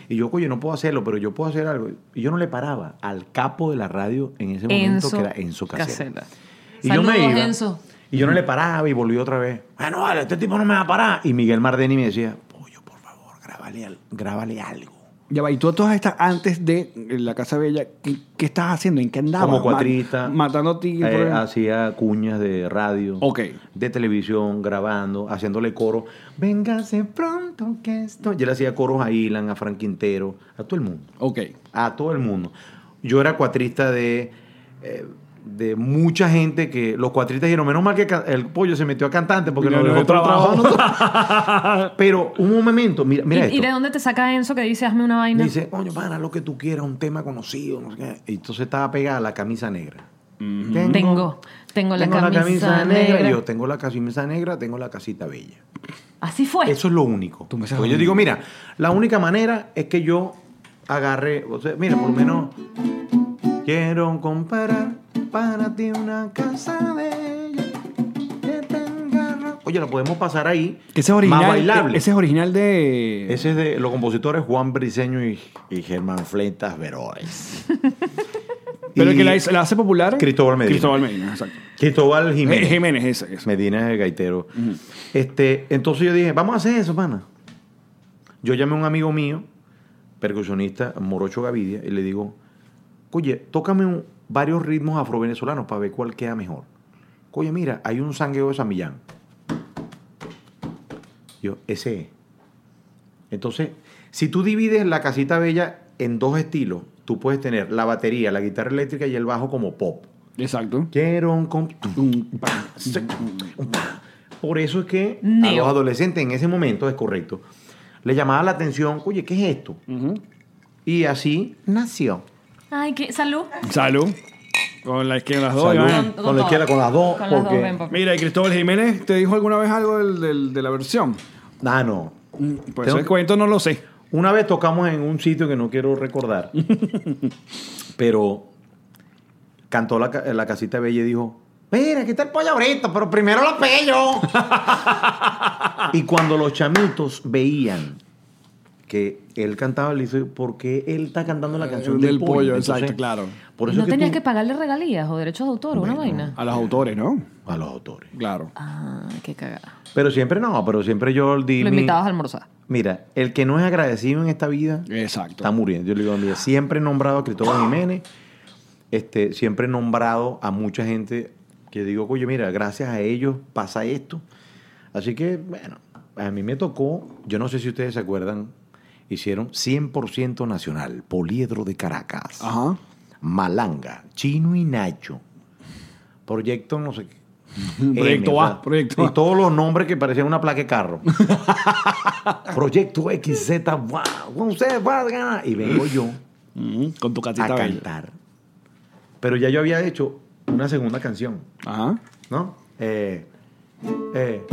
Y yo, oye, no puedo hacerlo, pero yo puedo hacer algo. Y yo no le paraba al capo de la radio en ese momento, que era Enzo Casela. Y yo me Saludos, iba. Enzo. Y yo no le paraba y volví otra vez. Bueno, vale, este tipo no me va a parar. Y Miguel Mardeni me decía, pollo, por favor, grábale, al- grábale algo. Ya va, y tú a todas estas, antes de eh, la Casa Bella, ¿qué, qué estabas haciendo? ¿En qué andabas? Como Ma- cuatrista. matando tigres. Eh, hacía cuñas de radio. Ok. De televisión, grabando, haciéndole coro. Véngase pronto que esto. Yo le hacía coros a Ilan, a Frank Quintero, a todo el mundo. ok. A todo el mundo. Yo era cuatrista de. eh, de mucha gente que los cuatristas dijeron, menos mal que ca- el pollo se metió a cantante porque No, nos no, dejó el todo el trabajo. trabajo. a nosotros. Pero un momento, mira, mira ¿Y, esto. y de dónde te saca Enzo que dice hazme una vaina? Dice, coño, pana, lo que tú quieras, un tema conocido. no sé qué. Y entonces estaba pegada la camisa negra. tengo, tengo la Tengo camisa, negra. Yo tengo la camisa negra, tengo la casita bella. Así fue. Eso es lo único. Tú me sabes Porque yo dónde. digo, mira, la única manera es que yo agarre, o sea, mira, por lo menos quiero comprar para ti una casa bella que tenga ra- Oye, la podemos pasar ahí. Que ese es original. e- Más bailable. Ese es original de. Ese es de los compositores Juan Briseño y, y Germán Fleitas Veroes. Pero el Y que la, hizo- la hace popular. Cristóbal Medina. Cristóbal Medina, exacto. Cristóbal Jiménez. Eh, Jiménez, ese. ese. Medina es el gaitero. este, entonces yo dije, vamos a hacer eso, pana. Yo llamé a un amigo mío, percusionista, Morocho Gavidia, y le digo, oye, tócame un- varios ritmos afrovenezolanos para ver cuál queda mejor. Oye, mira, hay un sangueo de San Millán. Yo, ese es. Entonces, si tú divides la casita bella en dos estilos, tú puedes tener la batería, la guitarra eléctrica y el bajo como pop. Exacto. Quiero un comp- Un- Por eso es que a Mm. Neo. los adolescentes en ese momento, es correcto, le llamaba la atención, oye, ¿qué es esto? Y así nació. Ay, qué salud. Salud. Con la izquierda las dos. Salud. Iván. Con la izquierda, con las dos, Con las porque- dos, ven, papá. Mira, y Cristóbal Jiménez, ¿te dijo alguna vez algo del- del- de la versión? Ah, no. Pues Tengo el que- cuento no lo sé. Una vez tocamos en un sitio que no quiero recordar, pero cantó la, ca- la casita bella y dijo, mira, aquí está el pollo ahorita, pero primero la pello. y cuando los chamitos veían que él cantaba, le dice, ¿por qué él está cantando la canción del, Eh, del pollo? Entonces, Exacto, claro. Por eso ¿No es que tenías tú- que pagarle regalías o derechos de autor o una vaina? A los autores, ¿no? A los autores. Claro. Ah, qué cagada. Pero siempre no, pero siempre yo di Lo mi- invitabas a almorzar. Mira, el que no es agradecido en esta vida Exacto. está muriendo. Yo le digo a mí, siempre he nombrado a Cristóbal Jiménez, este, siempre he nombrado a mucha gente que digo, oye, mira, gracias a ellos pasa esto. Así que, bueno, a mí me tocó, yo no sé si ustedes se acuerdan, hicieron 100% nacional, Poliedro de Caracas, Ajá. Malanga, Chino y Nacho, Proyecto no sé qué. Proyecto M, A, o sea, proyecto Y A. todos los nombres que parecían una placa de carro. Proyecto XZ, guau, guau, se va a ganar. Y vengo yo Mm, Con tu a catita bella. cantar. Pero ya yo había hecho una segunda canción, Ajá. ¿no? Eh, eh,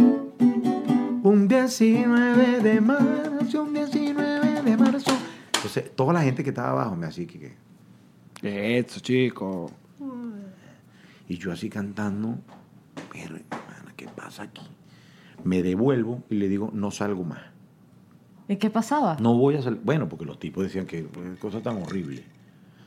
un 19 de marzo, un 19 de marzo. Entonces, toda la gente que estaba abajo me hacía que- que... Eso, chico. Y yo así cantando, pero hermana, ¿qué pasa aquí? Me devuelvo y le digo, no salgo más. ¿Y qué pasaba? No voy a salir. Bueno, porque los tipos decían que eh, cosa tan horrible.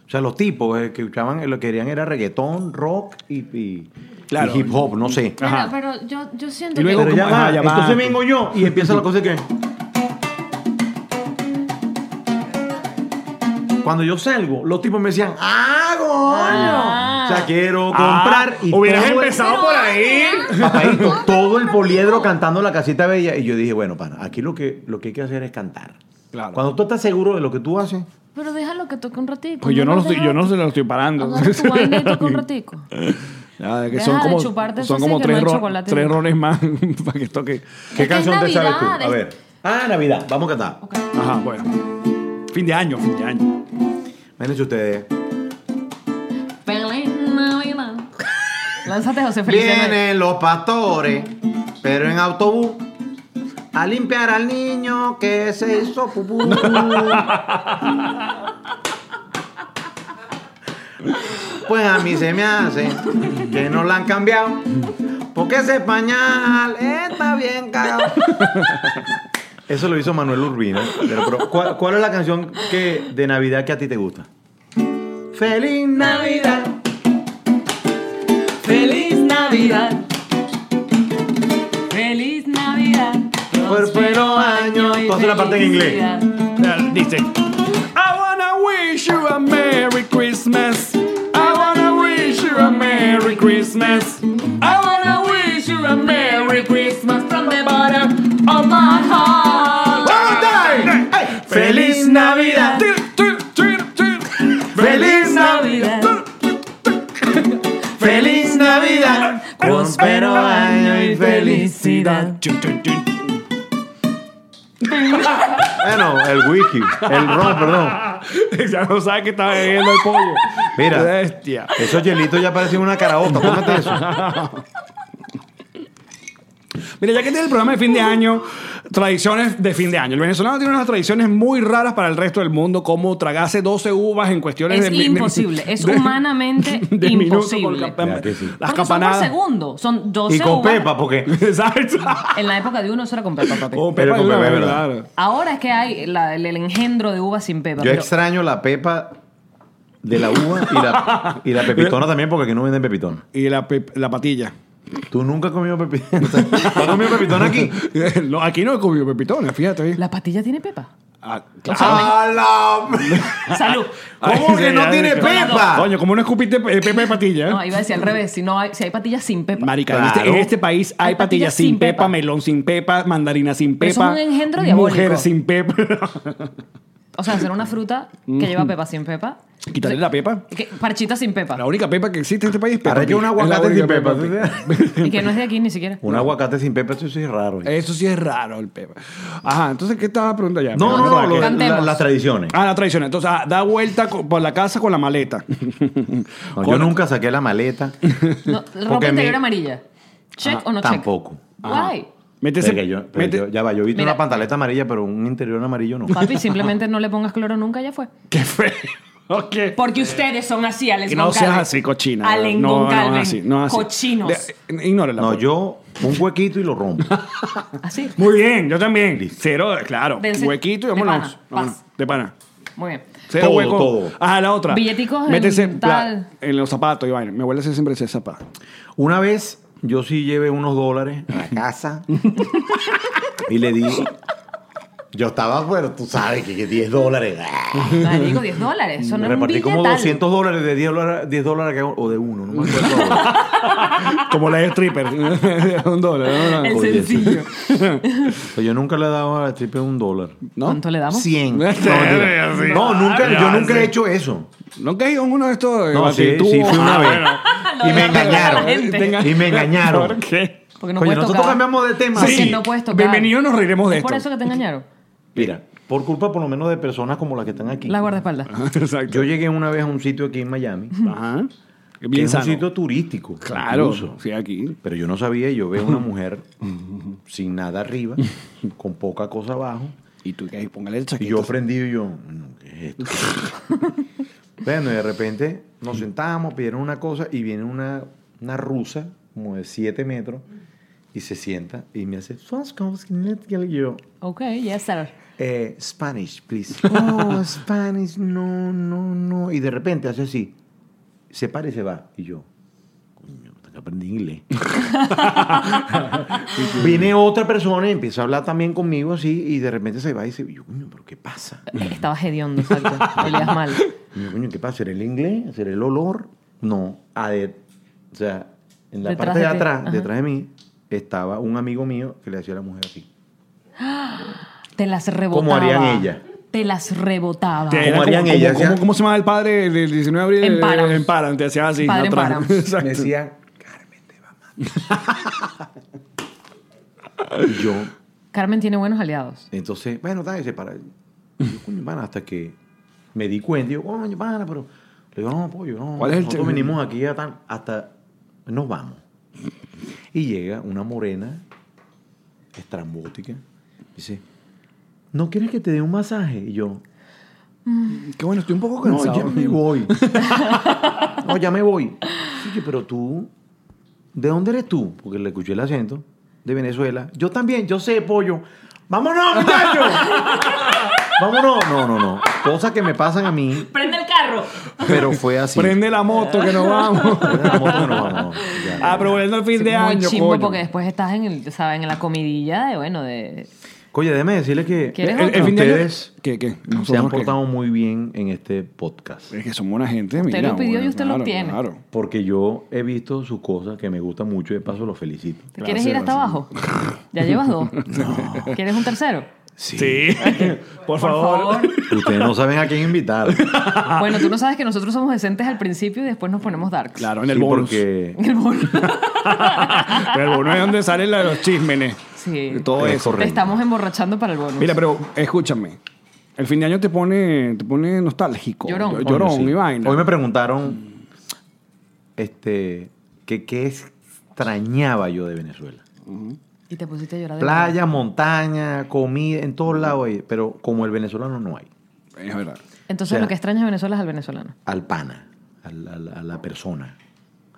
O sea, los tipos eh, que escuchaban, lo que querían era reggaetón, rock y, y- Claro. y hip hop, no sé. Ajá. Pero, pero yo, yo siento Y luego- Pero ¿cómo? ya va, Ajá, ya va. entonces vengo yo y empieza la cosa que... Cuando yo salgo, los tipos me decían, ¡ah, coño! O sea, quiero comprar y Ah. Hubieras todo el- empezado por ahí. Papadito, todo el poliedro cantando la casita bella. Y yo dije, bueno, pana, aquí lo que, lo que hay que hacer es cantar. Claro. Cuando tú estás seguro de lo que tú haces, que- Pero déjalo que toque un ratito. Pues yo no, lo estoy, yo no se sé lo estoy parando. tu vaina y toca un ratico. Ya, de que Deja son de como, chuparte eso son así como que tres, no hay ro- chocolate. tres roles más para que toque. ¿qué Es que canción es te sabes tú? Navidad, A es- ver. Ah, Navidad, vamos a cantar. Ajá, bueno. Fin de año, fin de año. Miren ustedes. Feliz Navidad. Lánzate, José Feliciano. Vienen los pastores, pero en autobús. A limpiar al niño que se hizo pupú. Pues a mí se me hace que no la han cambiado. Porque ese pañal está bien cagado. Eso lo hizo Manuel Urbina. Pero, pero, ¿cuál, cuál es la canción que, de Navidad que a ti te gusta? ¡Feliz Navidad! Feliz Navidad. Feliz Navidad. Próspero año. Tú haces la parte en inglés. felicidad. Dice. I wanna wish you a Merry Christmas. I wanna wish you a Merry Christmas. I wanna wish you a Merry Christmas from the bottom of my heart. One time. Hey. ¡Feliz Navidad! ¡Feliz Navidad! ¡Feliz Navidad! ¡Próspero año y felicidad! Bueno, el wiki, el ron, perdón. ya no sabe que está bebiendo el pollo. Mira. Bestia. Esos hielitos ya parecen una caraota, cómete eso. Mira, ya que tiene el programa de fin de año, tradiciones de fin de año. El venezolano tiene unas tradiciones muy raras para el resto del mundo, como tragarse 12 uvas en cuestiones Es de mi- de- imposible, es de- humanamente de minuto por imposible. campa- Ya que sí. Las Porque son por campanadas. segundo, son 12 Y con uvas. Pepa, porque Exacto. En la época de uno eso era con pepa, papi. O Pero Pepa con Luna, Pepe, ¿verdad? Ahora es que hay la- el, el engendro de uvas sin pepa. yo pero- extraño la pepa de la uva y la, y la pepitona también, porque aquí no venden pepitona. Y la, pe- la patilla. Tú nunca has comido pepitona. ¿Tú has comido pepitona aquí? No, aquí no he comido pepitones, fíjate. ¿La patilla tiene pepa? Ah, claro. ¡A la- Salud. ¿Cómo Ay, que sí, no ya, tiene ya. pepa? Coño, como no escupiste pe- pepa de patilla. No, iba a decir al revés. Si, no hay, si hay patillas sin pepa. Marica, Claro. en, este, en este país hay, patillas sin, pepa, melón sin pepa, mandarina sin Pero pepa. eso es un engendro diabólico. Mujer sin pepa. O sea, hacer una fruta que lleva pepa sin pepa. Mm. Quitarle la pepa. Que- parchita sin pepa. La única pepa que existe en este país es pepa. Pig. Arrecho Es un la aguacate única sin pepa. Y que no es de aquí ni siquiera. Un aguacate sin pepa, eso sí es raro. Eso sí es raro, el pepa. Ajá, entonces, ¿qué estaba preguntando ya? No, no, no, lo- Cantemos. la- las tradiciones. Ah, la traición. Entonces, ah, da vuelta co- por la casa con la maleta. No, yo nunca saqué la maleta. No, ropa Porque interior mi- amarilla. Ah, ¿Check o no check? Tampoco. Guay. Métese. Verga, yo- pero mete- yo- ya va, yo he visto Mira. una pantaleta amarilla, pero un interior amarillo no. Papi, simplemente no le pongas cloro nunca, ya fue. Qué feo. Ok. Porque ustedes son así, Alex Que no Goncalves. seas así, cochina. Alen no, Goncalves. no es así. No es así. Cochinos. De- eh, ignórela, No, por- yo un huequito y lo rompo. Así. Muy bien, yo también. Listo. Cero, eh, claro. Dense- Huequito y de vámonos. pana, Vámonos. paz. De pana. Muy bien. Cero Todo, hueco. todo. Ajá, la otra. Billeticos en Métese en, tal. pla- en los zapatos, Iván. Mi abuela hace siempre ese zapato. Una vez yo sí llevé unos dólares a la casa y le di. Yo estaba, bueno, tú sabes que que 10 dólares. ah. Marico, 10 dólares. Eso no es Repartí un como billetal. 200 dólares de 10 dólares, 10 dólares que- o de uno, no me acuerdo. ahora. Como la de stripper. Un dólar. ¿no? El Oye, sí. sencillo. Pero yo nunca le he dado a la tripe un dólar. ¿No? ¿Cuánto le damos? 100. No, Sí, mentira. sí. No, nunca, yo Ah, nunca sí. he hecho eso. ¿Nunca has ido a uno de estos? eh, No, sí, batitubos? sí, fui una Ah, vez. bueno. Lo Y me de la engañaron. gente. Tenga- Y me engañaron. ¿Por qué? Porque no Oye, puedes nosotros tocar. cambiamos de tema. Porque Sí. no puedes tocar. Bienvenido, nos reiremos de ¿Es por esto. eso que te engañaron? Mira, por culpa por lo menos de personas como las que están aquí. La guardaespaldas. Exacto. Yo llegué una vez a un sitio aquí en Miami. Ajá. que Bien es un sano. sitio turístico. Claro. incluso. Sí, aquí. Pero yo no sabía, yo veo una mujer sin nada arriba, con poca cosa abajo. Y tú que póngale el Y chaqueta. yo ofendido y yo, "No, ¿qué es esto? bueno, y de repente nos sentamos, pidieron una cosa y viene una, una rusa, como de 7 metros, y se sienta y me hace, y yo, Ok, yes, sir. eh, Spanish, please. Oh, Spanish, no, no, no. Y de repente hace así. Se para y se va. Y yo, coño, hasta que aprendí inglés. Viene otra persona y empieza a hablar también conmigo así. Y de repente se va y dice, yo, coño, pero ¿qué pasa? Eh, Estabas hediondo, exacto. Olías mal. Y yo, coño, ¿qué pasa? ¿Será el inglés? ¿Será el olor? No. A de- o sea, en la Detrás parte de, de ti. atrás, Ajá. detrás de mí, estaba un amigo mío que le hacía a la mujer así. Te las rebotaba. harían ellas? Te las rebotaba. Te- era Como harían ellas, como- ¿ya? ¿Cómo, cómo se llama el padre del 19 de abril? En Param. En Param, te hacían así. Padre en atrás. Param. Me Exacto. decían, Carmen te va a matar. y yo, Carmen tiene buenos aliados. entonces, bueno, dale, se para. Y Yo, coño, pana, hasta que me di cuenta. Y yo, coño, pana, pero. Le digo, no, pollo, no. ¿Cuál es el nosotros tema? venimos aquí a tan- hasta nos vamos. Y llega una morena estrambótica. Dice, ¿no quieres que te dé un masaje? Y yo, Qué bueno, estoy un poco no, cansado. ya me voy. no, ya me voy. Oye, pero tú, ¿de dónde eres tú? Porque le escuché el acento. De Venezuela. Yo también, yo sé, pollo. ¡Vámonos, muchachos! ¡Vámonos! No, no, no. Cosas que me pasan a mí, Prende el carro. pero fue así. Prende la moto que nos vamos. Prende la moto que nos vamos. Ya, ya, ah, pero volviendo al fin de Muy año, chimbo coño. porque después estás en, el, ¿sabes? en la comidilla de, bueno, de... Oye, déjeme decirle que ¿Quieres El, el fin de año- ustedes ¿Qué, qué? se han Nosotros qué. portado muy bien en este podcast. Es que son buena gente, Usted mira. lo pidió y bueno, usted lo claro, obtiene. Claro. Porque yo he visto sus cosas que me gustan mucho y de paso los felicito. ¿Te ¿Quieres ir hasta abajo? Ya llevas dos. ¿Quieres un tercero? Sí. Por favor. Ustedes no saben a quién invitar. Bueno, tú no sabes que nosotros somos decentes al principio y después nos ponemos darks. Claro, en el Sí, bonus. Porque El bono. Pero el bonus es donde salen la- los chismenes. Sí. De todo Es eso. Te correcto. estamos emborrachando para el bonus. Mira, pero escúchame. El fin de año te pone, te pone nostálgico. Llorón. Llor- Coño, Llorón Sí. y vaina. Hoy me preguntaron este, que qué extrañaba yo de Venezuela. Y te pusiste a llorar de Playa, montaña, comida, en todos lados, hay, pero como el venezolano no hay. Es verdad. nuevo. Entonces, o sea- lo que extrañas de Venezuela es al venezolano. al pana, al- al- a la persona,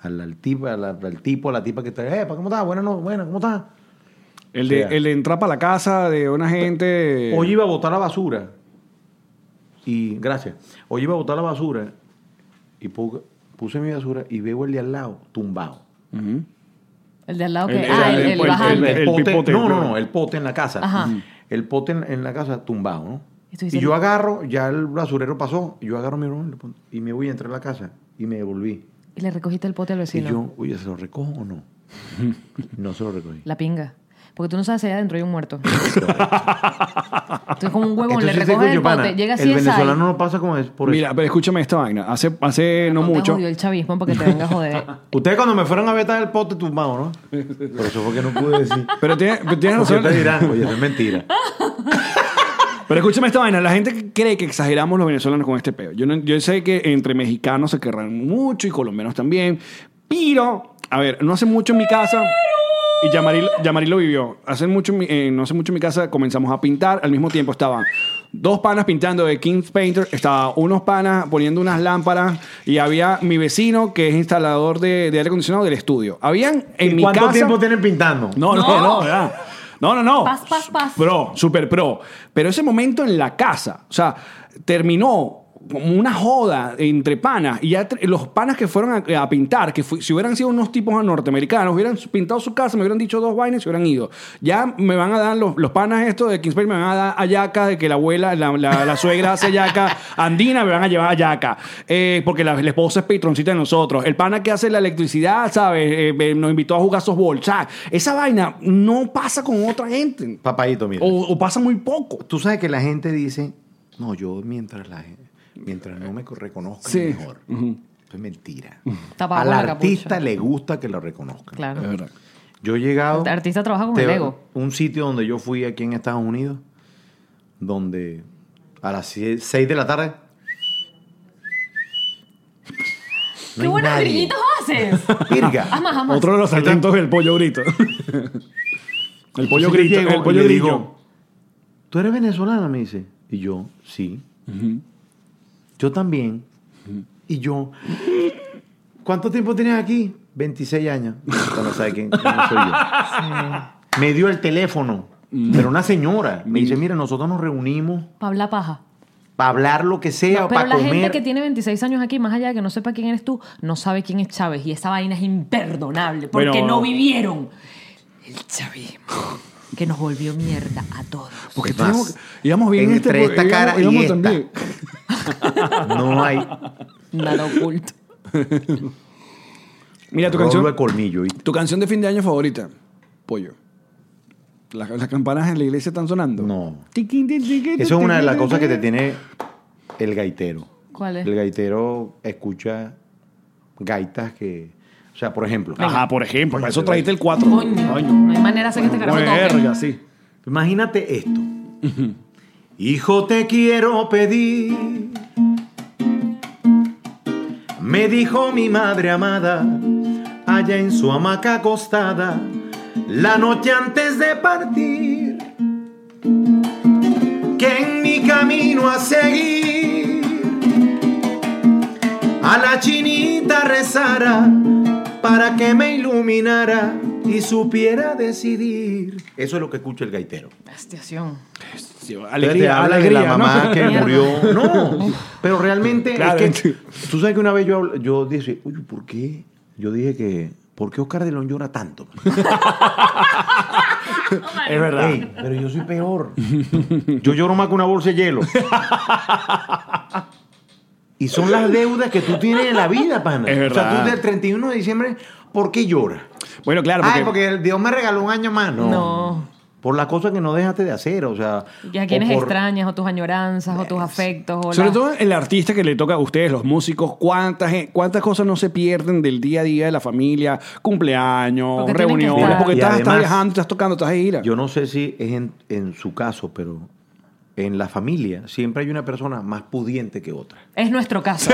al, al tipo, al, al tipo, a la tipa que está, eh, ¿cómo estás? Buena, no, buena, ¿cómo estás? El de, O sea. el de entrar para la casa de una gente. Hoy iba a botar la basura. Y, gracias. Hoy iba a botar la basura y pu- puse mi basura y veo el de al lado tumbado. Ujú. El de al lado que. El- ah, el- el, el, el- bajante. el- pipote. No, no, no, el pote en la casa. Ajá. El pote en, en la casa tumbado, ¿no? Y tú dices- Y yo agarro, ya el basurero pasó, y yo agarro mi broma y le pongo- y me voy a entrar a la casa y me devolví. Y le recogiste el pote al Y vecino. yo, oye, ¿se lo recojo o no? No se lo recogí. La pinga. Porque tú no sabes si allá adentro hay un muerto. Entonces, como un huevón, le Entonces, recoges digo el yo, pana, pote, llega así El venezolano no pasa como es por Mira, pero escúchame esta vaina. Hace, hace no mucho. el chavismo porque te venga a joder. eso. Ustedes cuando me fueron a vetar el pote tumbado, ¿no? Por eso fue que no pude decir. Pero tiene- pero tienes Porque razón. ustedes dirán, oye, eso es mentira. Pero escúchame esta vaina, la gente cree que exageramos los venezolanos con este peo. Yo, no- yo sé que entre mexicanos se querrán mucho y colombianos también, pero, a ver, no hace mucho en mi casa, y Yamaril, Yamaril lo vivió, hace mucho, en mi- eh, no hace mucho en mi casa comenzamos a pintar, al mismo tiempo estaban dos panas pintando de King's Painter, estaban unos panas poniendo unas lámparas, y había mi vecino que es instalador de, de aire acondicionado del estudio. Habían en ¿Y mi ¿Cuánto casa... tiempo tienen pintando? No, no, no, ¿verdad? No, no, no. Paz, paz, paz. Pro, super pro. Pero ese momento en la casa, o sea, terminó como una joda entre panas. Y ya tre- los panas que fueron a, a pintar, que fu- si hubieran sido unos tipos norteamericanos, hubieran pintado su casa, me hubieran dicho dos vainas y se hubieran ido. Ya me van a dar los, los panas estos de Kingsbury, me van a dar ayaca, de que la abuela, la, la- la suegra hace ayaca andina, me van a llevar ayaca. Eh, porque la, la esposa es patroncita de nosotros. El pana que hace la electricidad, ¿sabes? Eh, eh, nos invitó a jugar softball. O sea, esa vaina no pasa con otra gente. Papadito, mira. O, o pasa muy poco. Tú sabes que la gente dice, no, yo mientras la gente- mientras no me reconozcan, Sí. mejor. Eso es mentira. Tapado Al con la capucha. artista le gusta que lo reconozcan. Claro. Yo he llegado. El artista trabaja con te- el ego. Un sitio donde yo fui aquí en Estados Unidos, donde a las 6 de la tarde. ¡Qué buenos grillitos haces! Pirga. Jamás, jamás. Otro de los atentos del pollo grito. el pollo Entonces yo grito, llego el y pollo le grito. digo, ¿Tú eres venezolana? Me dice. Y yo, sí. Yo también. Y yo, ¿cuánto tiempo tienes aquí? 26 años. Usted no sabe quién, quién soy yo. Me dio el teléfono, Mm. pero una señora. Me dice, mira, nosotros nos reunimos Para hablar paja. para hablar lo que sea, No, pero para la comer. gente que tiene 26 años aquí, más allá de que no sepa quién eres tú, no sabe quién es Chávez. Y esa vaina es imperdonable porque Bueno, no no. vivieron el chavismo que nos volvió mierda a todos. Porque Es más, teníamos- íbamos bien entre este, esta íbamos- cara y íbamos esta. también. No hay Nada oculto. Mira, tu rolo de canción, colmillo. ¿viste? tu canción de fin de año favorita. Pollo. La- Las, campanas en la iglesia están sonando. No. Tiquín, tin, tiquín, Eso es una de las tiquín, cosas que te tiquín. tiene el gaitero. ¿Cuál es? El gaitero escucha gaitas que... O sea, por ejemplo... Ajá, por ejemplo. Para eso trajiste el 4. Coño, No hay manera de hacer que este "Ah, carajo toque. Verga, sí. Imagínate esto. Hijo, te quiero pedir. Me dijo mi madre amada, allá en su hamaca acostada, la noche antes de partir, que en mi camino a seguir, a la chinita rezara para que me iluminara y supiera decidir. Eso es lo que escucha el gaitero. Estación. Sí, Entonces, alegría, habla alegría, de la ¿no? mamá que Mierda. murió. No, pero realmente Claro. es que tú sabes que una vez yo, habl- yo dije, uy, ¿por qué? Yo dije que, ¿por qué Oscar de León llora tanto? Es verdad. Ey, pero yo soy peor. Yo lloro más que una bolsa de hielo. Y son las deudas que tú tienes en la vida, pana. Es O sea, verdad. tú del 31 de diciembre, ¿por qué lloras? Bueno, claro, porque, Ay, porque el Dios me regaló un año más. No. No. Por las cosas que no dejaste de hacer, o sea. Y a o quienes por- extrañas, o tus añoranzas, o tus afectos. O sobre las- todo el artista que le toca a ustedes, los músicos, cuántas gen- cuántas cosas no se pierden del día a día de la familia, cumpleaños, Porque tienen que reuniones, estar. porque Y estás, estás además- viajando, estás tocando, estás de gira. Yo no sé si es en, en su caso, pero en la familia siempre hay una persona más pudiente que otra. Es nuestro caso.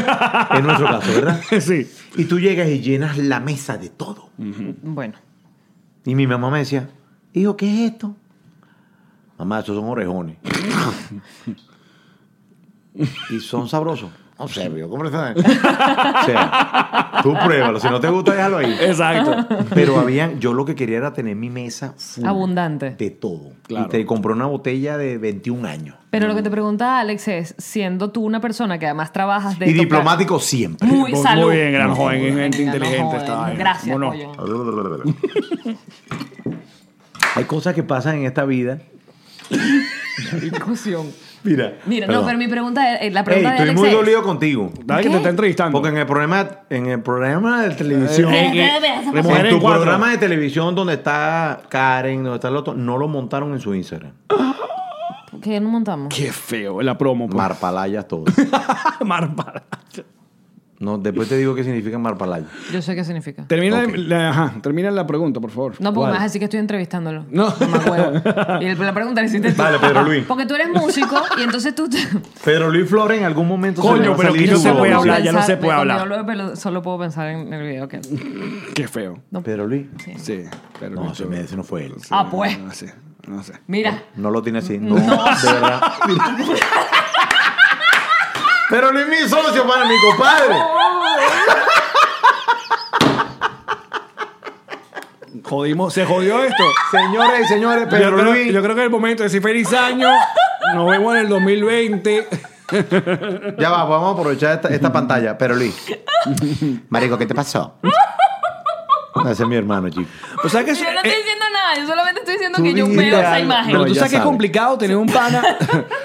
En nuestro caso, ¿verdad? sí. Y tú llegas y llenas la mesa de todo. bueno. Y mi mamá me decía, hijo, ¿qué es esto? Mamá, esos son orejones. y son sabrosos. No sé, viejo, ¿cómo están? o sea, tú pruébalo. Si no te gusta, déjalo ahí. Exacto. Pero habían, yo lo que quería era tener mi mesa full Abundante. de todo. Claro. Y te compré una botella de 21 años. Pero lo que te pregunta Alex es, siendo tú una persona que además trabajas de... y tocar- diplomático siempre. Muy, Vos salud. Muy bien, gran No joven, jodas. gente Venga, no inteligente joden. esta vaina. Gracias, Bueno, pollo. Hay cosas que pasan en esta vida. Discusión. Mira. Mira, perdón. no, pero mi pregunta es... eh, La Ey, pregunta de estoy Alex muy es- dolido contigo. Dale que ¿Qué? te está entrevistando. Porque en el programa, en el programa de televisión, Eh, en, eh, de mujeres tu en cuatro. programa de televisión donde está Karen, donde está el otro, no lo montaron en su Instagram. ¿Qué no montamos? Qué feo, la promo. pues. Marpalayas todo. Marpa. No, después te digo qué significa marpalayas. Yo sé qué significa. Termina, Ok. la, ajá, termina la pregunta, por favor. No, porque ¿Cuál? me vas a decir que estoy entrevistándolo. No. Mamahuevo. Y el- la pregunta la hiciste tú. Dale, Pedro Luis. Porque tú eres músico y entonces tú... te- Pero Luis Flores en algún momento Coño, le va a pero salir que no su se puede voz. hablar, ya no se Pensar- puede cuando hablar. yo hablo de pelo, solo puedo pensar en el video que... Qué feo. Pero Luis. Sí, pero No, se me ese no fue él. Ah, pues. No sé, no sé. Mira. No lo tiene así. No, de verdad. Pero Luis, mi socio para mi compadre. Oh, Jodimos, se jodió esto. Señores y señores, Yo Pedro creo, Luis. yo creo que es el momento de decir feliz año. Nos vemos en el 2020. Ya va, vamos a aprovechar esta, esta pantalla. Pero Luis. Marico, ¿qué te pasó? No, Ese es mi hermano, chico. O sea que es- Yo no estoy eh, diciendo nada, yo solamente estoy diciendo tú que yo dijiste veo esa algo. imagen. pero No, tú ya sabes que es sabe. complicado tener un pana.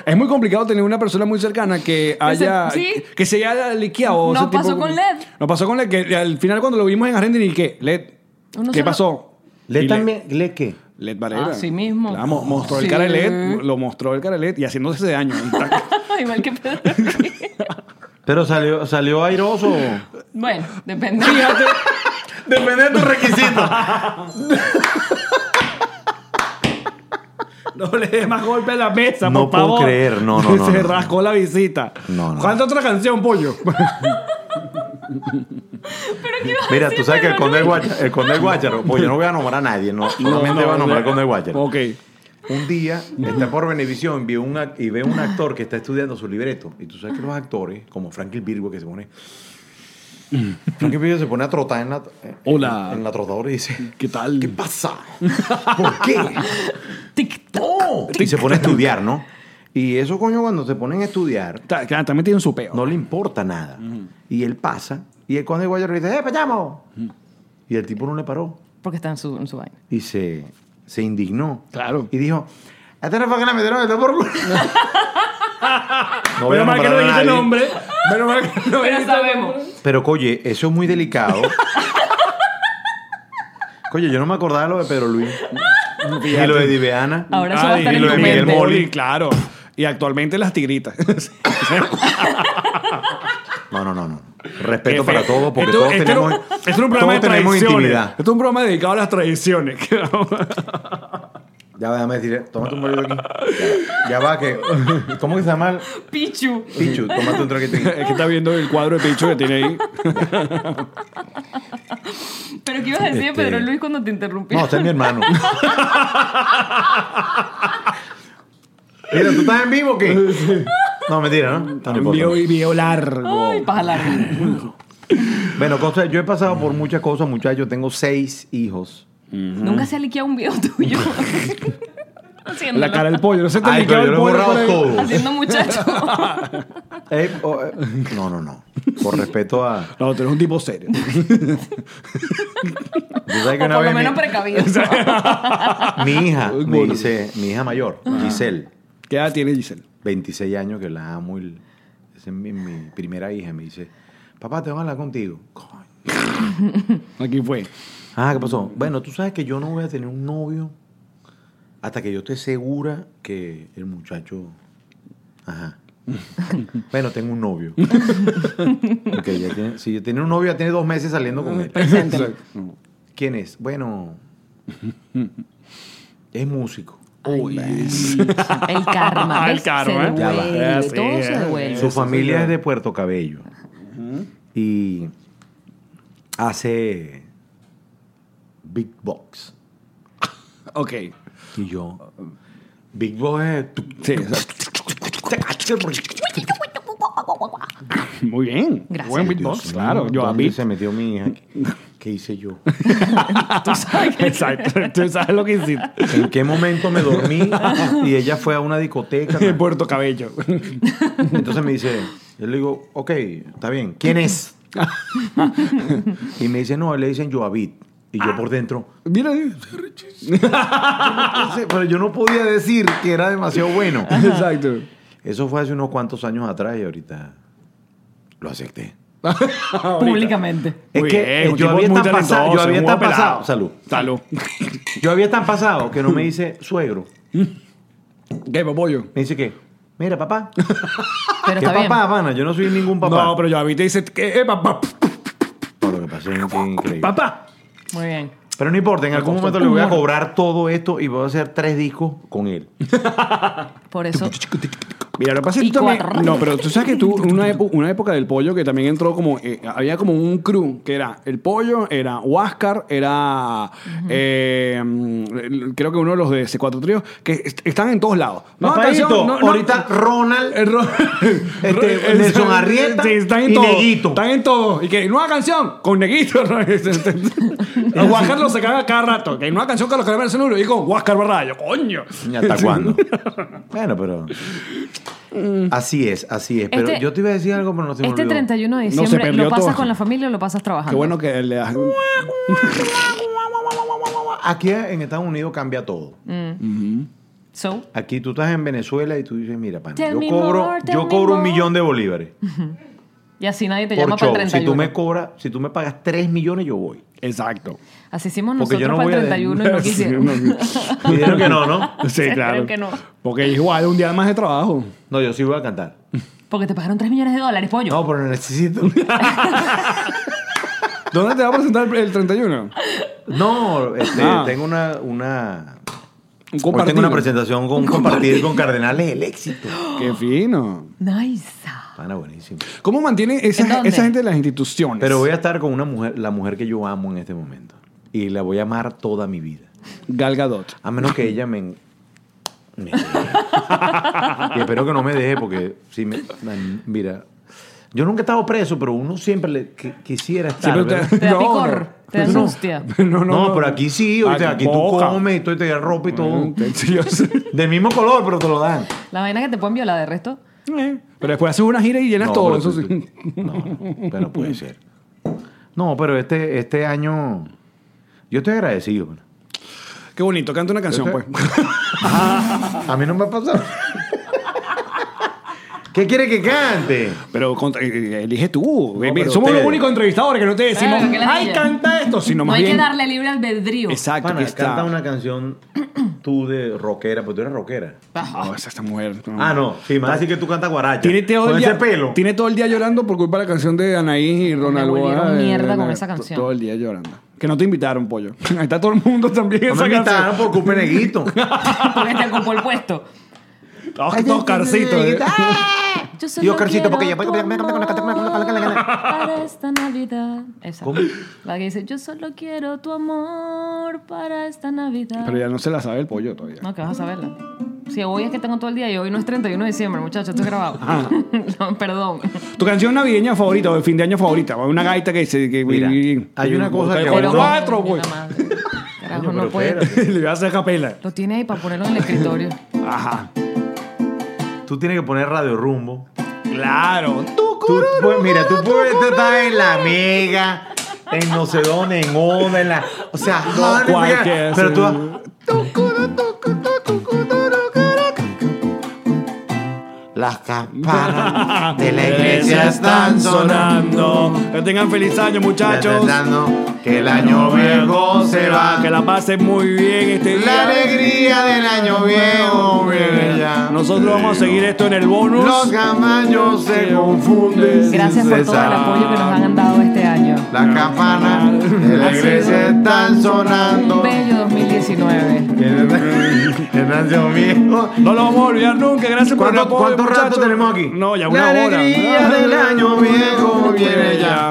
es muy complicado tener una persona muy cercana que haya. sí. Que se haya liqueado. No ese tipo- pasó con Led. No pasó con Led. Que al final, cuando lo vimos en Argentina, y que Led, Uno ¿qué solo- pasó? Y ¿Le Led- también? ¿Le qué? Led Varela. Así mismo. Claro, mo- mostró el Sí. cara de Led, lo mostró el cara de Led y haciéndose de daño. Igual que Pedro Luis. Pero salió, salió airoso. Bueno, depende. Depende de tus requisitos. no le des más golpe a la mesa, No por puedo favor. creer, no, no, no, Se no. rascó la visita. No, no. ¿Cuánta otra canción, pollo? Mira, tú sabes que el conde del Guácharo, el conde del Guácharo, pues yo no voy a nombrar a nadie, no, solamente voy a nombrar al conde del Guácharo. Ok. Un día está por Venevisión vio un ac- y ve un actor que está estudiando su libreto. Y tú sabes que los actores, como Franklin Virgo, que se pone. Franklin Virgo se pone a trotar en la, en- Hola. en la trotadora y dice: ¿Qué tal? ¿Qué pasa? ¿Por qué? Tic, tac. ¡Oh! Y se pone a estudiar, ¿no? Y eso, coño, cuando se ponen a estudiar, Ta- claro, también tiene su peo. no le importa nada. Y él pasa y el conde del Guácharo le dice: ¡Eh, payamo! Y el tipo no le paró. Porque está en su, en su vaina. y se, se indignó. Claro. Y dijo, esta no fue que la metieron el por culo". No voy a Menos mal que no nombrar a dijiste nadie. nombre. Menos mal que no Pero dijiste sabemos. Pero, oye, eso es muy delicado. Oye, yo no me acordaba lo de Pedro Luis. Ni lo de Diveana. Ahora eso va a Ay, estar y en lo tu de mente. Miguel Moli, claro. Y actualmente las tigritas. No, no, no, no. Respeto Qué feo. para todos porque Esto- todos esto era un- tenemos, esto era un programa de todos tenemos tradiciones. intimidad. Esto es un programa dedicado a las tradiciones. Ya déjame decir, tómate un bolito aquí. Ya, ya va que. ¿Cómo que se llama? Pichu. Pichu, tómate un traguito. es que está viendo el cuadro de Picho que tiene ahí. Pero ¿qué ibas a decir de Este- Pedro Luis cuando te interrumpí? No, está mi hermano. Mira, ¿tú estás en vivo o qué? No, mentira, ¿no? Está, Un no importa. video, video largo. Ay, paja larga. Bueno, cosa, yo he pasado por muchas cosas, muchachos. Tengo seis hijos. Nunca se ha liqueado un video tuyo. Haciéndolo. La cara del pollo. No se te Ay, liqueó pero yo el pollo. lo he borrado por ahí. todo. Haciendo muchacho. Eh, oh, eh, no, no, no. Por respeto a. No, tú eres un tipo serio. tú sabes que o una por lo vez menos mi- precavido. mi, hija, Uy, me gordo. dice, mi hija mayor, Giselle, ¿Qué edad tiene Giselle? 26 años, que la amo. y- esa es mi, mi primera hija. Me dice, papá, te van a hablar contigo. Coño. Aquí fue. Ah, ¿qué pasó? Bueno, tú sabes que yo no voy a tener un novio hasta que yo esté segura que el muchacho. Ajá. bueno, tengo un novio. ok, ya tiene- si yo tenía un novio, ya tiene dos meses saliendo con él. Preséntelo. ¿Quién es? Bueno, es músico. El karma. El ¿ves? Se karma, ¿eh? Ah, Ya va. devuelve, Así todo se es. devuelve. Su Eso familia sí, es de Puerto Cabello. Y hace Big Box. Ok. Y yo. Big Box es. tu- Sí. Muy bien. Gracias. Buen beatbox, Dios claro. mío, Yo a ¿dónde beat. se metió mi hija? ¿Qué hice yo? Exacto. Tú sabes lo que hiciste. ¿En qué momento me dormí? Y ella fue a una discoteca. En Puerto Cabello. Entonces me dice, yo le digo, ok, está bien, ¿quién es? Y me dice, no, le dicen Joavit. Y yo por dentro. Mira. "Sí", Pero yo no podía decir que era demasiado bueno. Exacto. Eso fue hace unos cuantos años atrás y ahorita lo acepté. Públicamente. Es Muy bien, que eh, un yo tipo había muy tan pasado, yo talentoso, había un tan guapo pelado. pasado, salud. Salud. Yo había tan pasado que no me dice suegro. ¿Qué, pollo? Me dice que, mira, papá. Pero ¿Qué está papá, bien. Habana? Yo no soy ningún papá. No, pero yo a mí te dice, ¿qué? Eh, papá. No, lo que pasa es que es increíble. Papá. Muy bien. Pero no importa, en algún momento le voy a cobrar todo esto y voy a hacer tres discos con él. Por Este eso. Mira, lo que pasa es Y que tú también- cuatro. No, pero tú sabes que tú, una, epo- una época del pollo que también entró como. eh, había como un crew que era el pollo, era Huáscar, era. eh, mm, el- creo que uno de los de C4 Trío, que est- están en todos lados. No, Papadito, atención, no, Eh, no. ahorita Ronald. El ro- Este, Nelson Arrieta Sí, están en y todo. Neguito. Están en todo. Y que nueva canción con Neguito. Este, A Huáscar lo se caga cada rato. Que nueva canción con los caramelos en uno. Y con Huáscar Barrayo. Coño. ¿Y ¿Hasta cuándo? bueno, pero. Así es, así es. Pero Este- yo te iba a decir algo, pero no se me Este olvidó. 31 de No, se diciembre, perdió ¿lo pasas todo. con la familia o lo pasas trabajando? Qué bueno que le das. Aquí en Estados Unidos cambia todo. Mm. So, Aquí tú estás en Venezuela y tú dices, mira, pana, Tell yo me cobro, more, tell yo me cobro un more. millón de bolívares y así nadie te por llama para show. el 31. Si tú me cobras, si tú me pagas 3 millones, yo voy. Exacto. Así hicimos Porque nosotros yo no para el voy a 31 y no Sí, quisieron. Y dijeron que no, ¿no? no. Sí, Creo claro. que no. Porque igual un día más de trabajo. No, yo sí voy a cantar. Porque te pagaron 3 millones de dólares, pollo. No, pero necesito. ¿Dónde te va a presentar el- el 31? No, este, Ah. tengo una, una Un hoy tengo una compartido. presentación con compartir con Cardenales el éxito. Qué fino. Nice. Pana, buenísimo. ¿Cómo mantienen ¿En esa, dónde? esa gente de las instituciones? Pero voy a estar con una mujer, la mujer que yo amo en este momento. Y la voy a amar toda mi vida. Gal Gadot. A menos que ella me. me deje. y espero que no me deje, porque si me. man, Mira. Yo nunca he estado preso, pero uno siempre le qui- quisiera estar. Siempre ¿verdad? Te da No, picor, no. te da No. angustia. No, no, No, no. pero aquí sí, oíste, Ah, aquí tú boca. Mm. comes y tú te das ropa y todo. Sí, yo sé. Del mismo color, pero te lo dan. La vaina que te pueden violar de resto. Eh, Pero después haces una gira y llenas No, todo. pero Eso tú- sí. tú- No, no, pero puede ser. No, pero este, este año. Yo estoy agradecido. pana. Qué bonito. Canta una canción, pues. Este- A mí no me ha pasado. ¿Qué quiere que cante? Pero contra- eh, elige tú. Eh, pero Somos ustedes- los únicos entrevistadores que no te decimos, Claro, que la ay, niña". canta esto, sino no más hay bien. que darle libre albedrío. Exacto, Pana, que está. canta una canción tú de rockera, pues tú eres rockera. No, oh, esa, esta mujer. Ah, no. Sí, me vas a decir que tú cantas guaracha. Tiene todo, Con el ese día, pelo. tiene todo el día llorando por culpa de la canción de Anaís y Ronald volvieron Boa, eh, mierda con eh, esa to- canción. Todo el día llorando. Que no te invitaron, pollo. Ahí está todo el mundo también. en No me esa invitaron canción. por culpa de neguito. Porque te ocupó el puesto. Ah, que todo carcito. eh. Yo solo Dios, Carcito, quiero porque ya. tu amor Para esta Navidad. Esa. ¿Cómo? La que dice, yo solo quiero tu amor para esta Navidad. Pero ya no se la sabe el pollo todavía. No, que vas a saberla. Si hoy es que tengo todo el día y hoy no es 31 de diciembre, muchachos, esto es grabado. no, perdón. Tu canción navideña favorita o de fin de año favorita. Una gaita que se. Que, Mira, hay una cosa que- Pero Pero- cuatro, güey. Mira, madre. Carajo, Coño, no pero puede. espérate. Le voy a hacer capela. Lo tiene ahí para ponerlo en el escritorio. Ajá. Tú tienes que poner radio rumbo. Claro. Tú, Tú, pues, mira, tú puedes estar en la mega, en no sé dónde, en Oda, en la. O sea, madre mía, cualquier- Pero tú. Las ah, campanas de la iglesia están sonando. Que tengan feliz año, muchachos. Tratando que el año viejo se va. Que la pasen muy bien este día. La alegría del año viejo viene ya. Nosotros vamos a seguir esto en el bonus. Los gamaños se confunden. sin Gracias por todo el cesar. apoyo que nos han dado este año. Las campanas de la iglesia están sonando. Un bello 2019. El año viejo. No lo vamos a olvidar nunca. Gracias por el ¿Cuánto, apoyo, cuánto rato muchachos. tenemos aquí? No, ya La una hora. alegría del año viejo viene ya.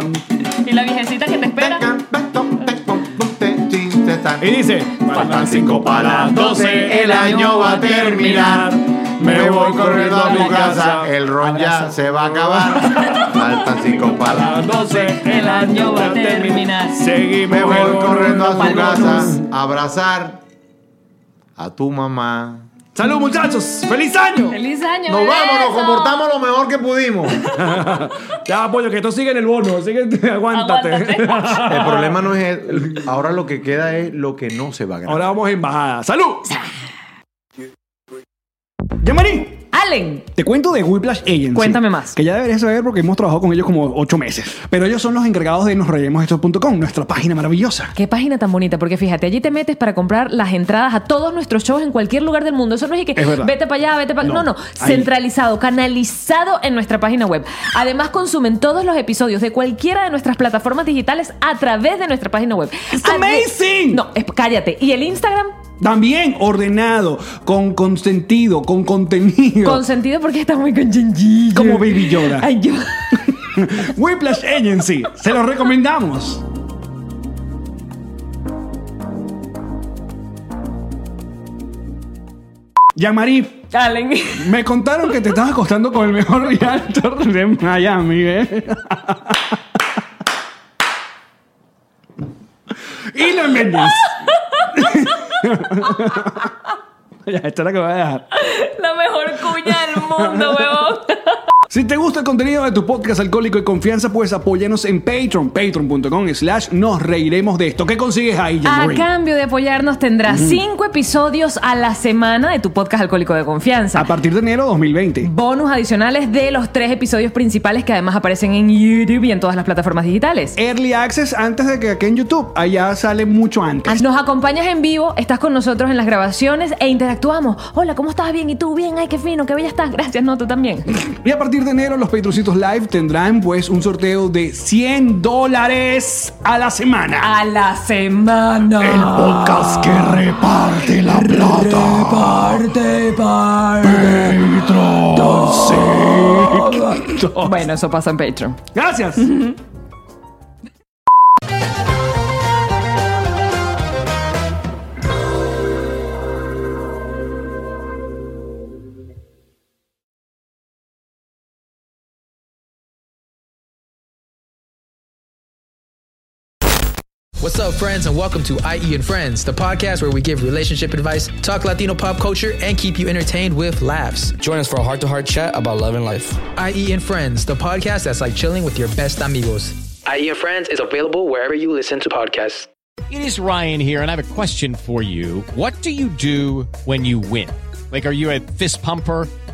Y la viejecita que te espera. Y dice: Faltan cinco para las doce, El año va a terminar. Me voy corriendo a mi mi casa. El ron ya se va a acabar. Faltan cinco Las palas. 12 El año va a terminar. Seguimos. Me voy luego. corriendo a Pa'l tu casa bonus. a abrazar a tu mamá. Salud, muchachos. ¡Feliz año! ¡Feliz año! Nos vamos, nos besos! comportamos lo mejor que pudimos. Ya, apoyo, que esto sigue en el bono. Así que aguántate. Aguántate. El problema no es el- ahora lo que queda es lo que no se va a ganar. Ahora vamos a embajada. ¡Salud! Yamari, Allen. te cuento de Whiplash Agency. Cuéntame más. Que ya deberías saber porque hemos trabajado con ellos como ocho meses. Pero ellos son los encargados de nosreyemosesto.com, nuestra página maravillosa. Qué página tan bonita, porque fíjate, allí te metes para comprar las entradas a todos nuestros shows en cualquier lugar del mundo. Eso no es que Es verdad. vete para allá, vete para No, No, no, ahí. centralizado, canalizado en nuestra página web. Además, consumen todos los episodios de cualquiera de nuestras plataformas digitales a través de nuestra página web. It's Ade- amazing. No, es- cállate. ¿Y el Instagram? También ordenado, con, con sentido, con contenido. Con sentido porque está muy con chinchillo. Como Baby Yoda. Ay, yo. Whiplash Agency, se los recomendamos. Yamari, Allen. me contaron que te estabas acostando con el mejor realtor de Miami, ¿eh? Elon Méndez. ya, esta es la que voy a dejar. La mejor cuña del mundo, huevón. Si te gusta el contenido de tu podcast Alcohólico y Confianza, pues apóyanos en Patreon, patreon.com slash nos reiremos de esto. ¿Qué consigues ahí, A Jean-Marie? cambio de apoyarnos, tendrás cinco episodios a la semana de tu podcast Alcohólico de Confianza. A partir de enero de 2020. Bonus adicionales de los tres episodios principales que además aparecen en YouTube y en todas las plataformas digitales. Early Access antes de que aquí en YouTube. Allá sale mucho antes. Nos acompañas en vivo, estás con nosotros en las grabaciones e interactuamos. Hola, ¿cómo estás? Bien, ¿y tú? Bien, ay, qué fino, qué bella estás. Gracias, no, tú también. Y a partir de enero los Patroncitos Live tendrán pues un sorteo de 100 dólares a la semana. A la semana. El podcast que reparte la plata. Parte, parte. Patreon. Bueno, eso pasa en Patreon. Gracias. What's up, friends, and welcome to IE and Friends, the podcast where we give relationship advice, talk Latino pop culture, and keep you entertained with laughs. Join us for a heart to heart chat about love and life. IE and Friends, the podcast that's like chilling with your best amigos. IE and Friends is available wherever you listen to podcasts. It is Ryan here, and I have a question for you. What do you do when you win? Like, are you a fist pumper?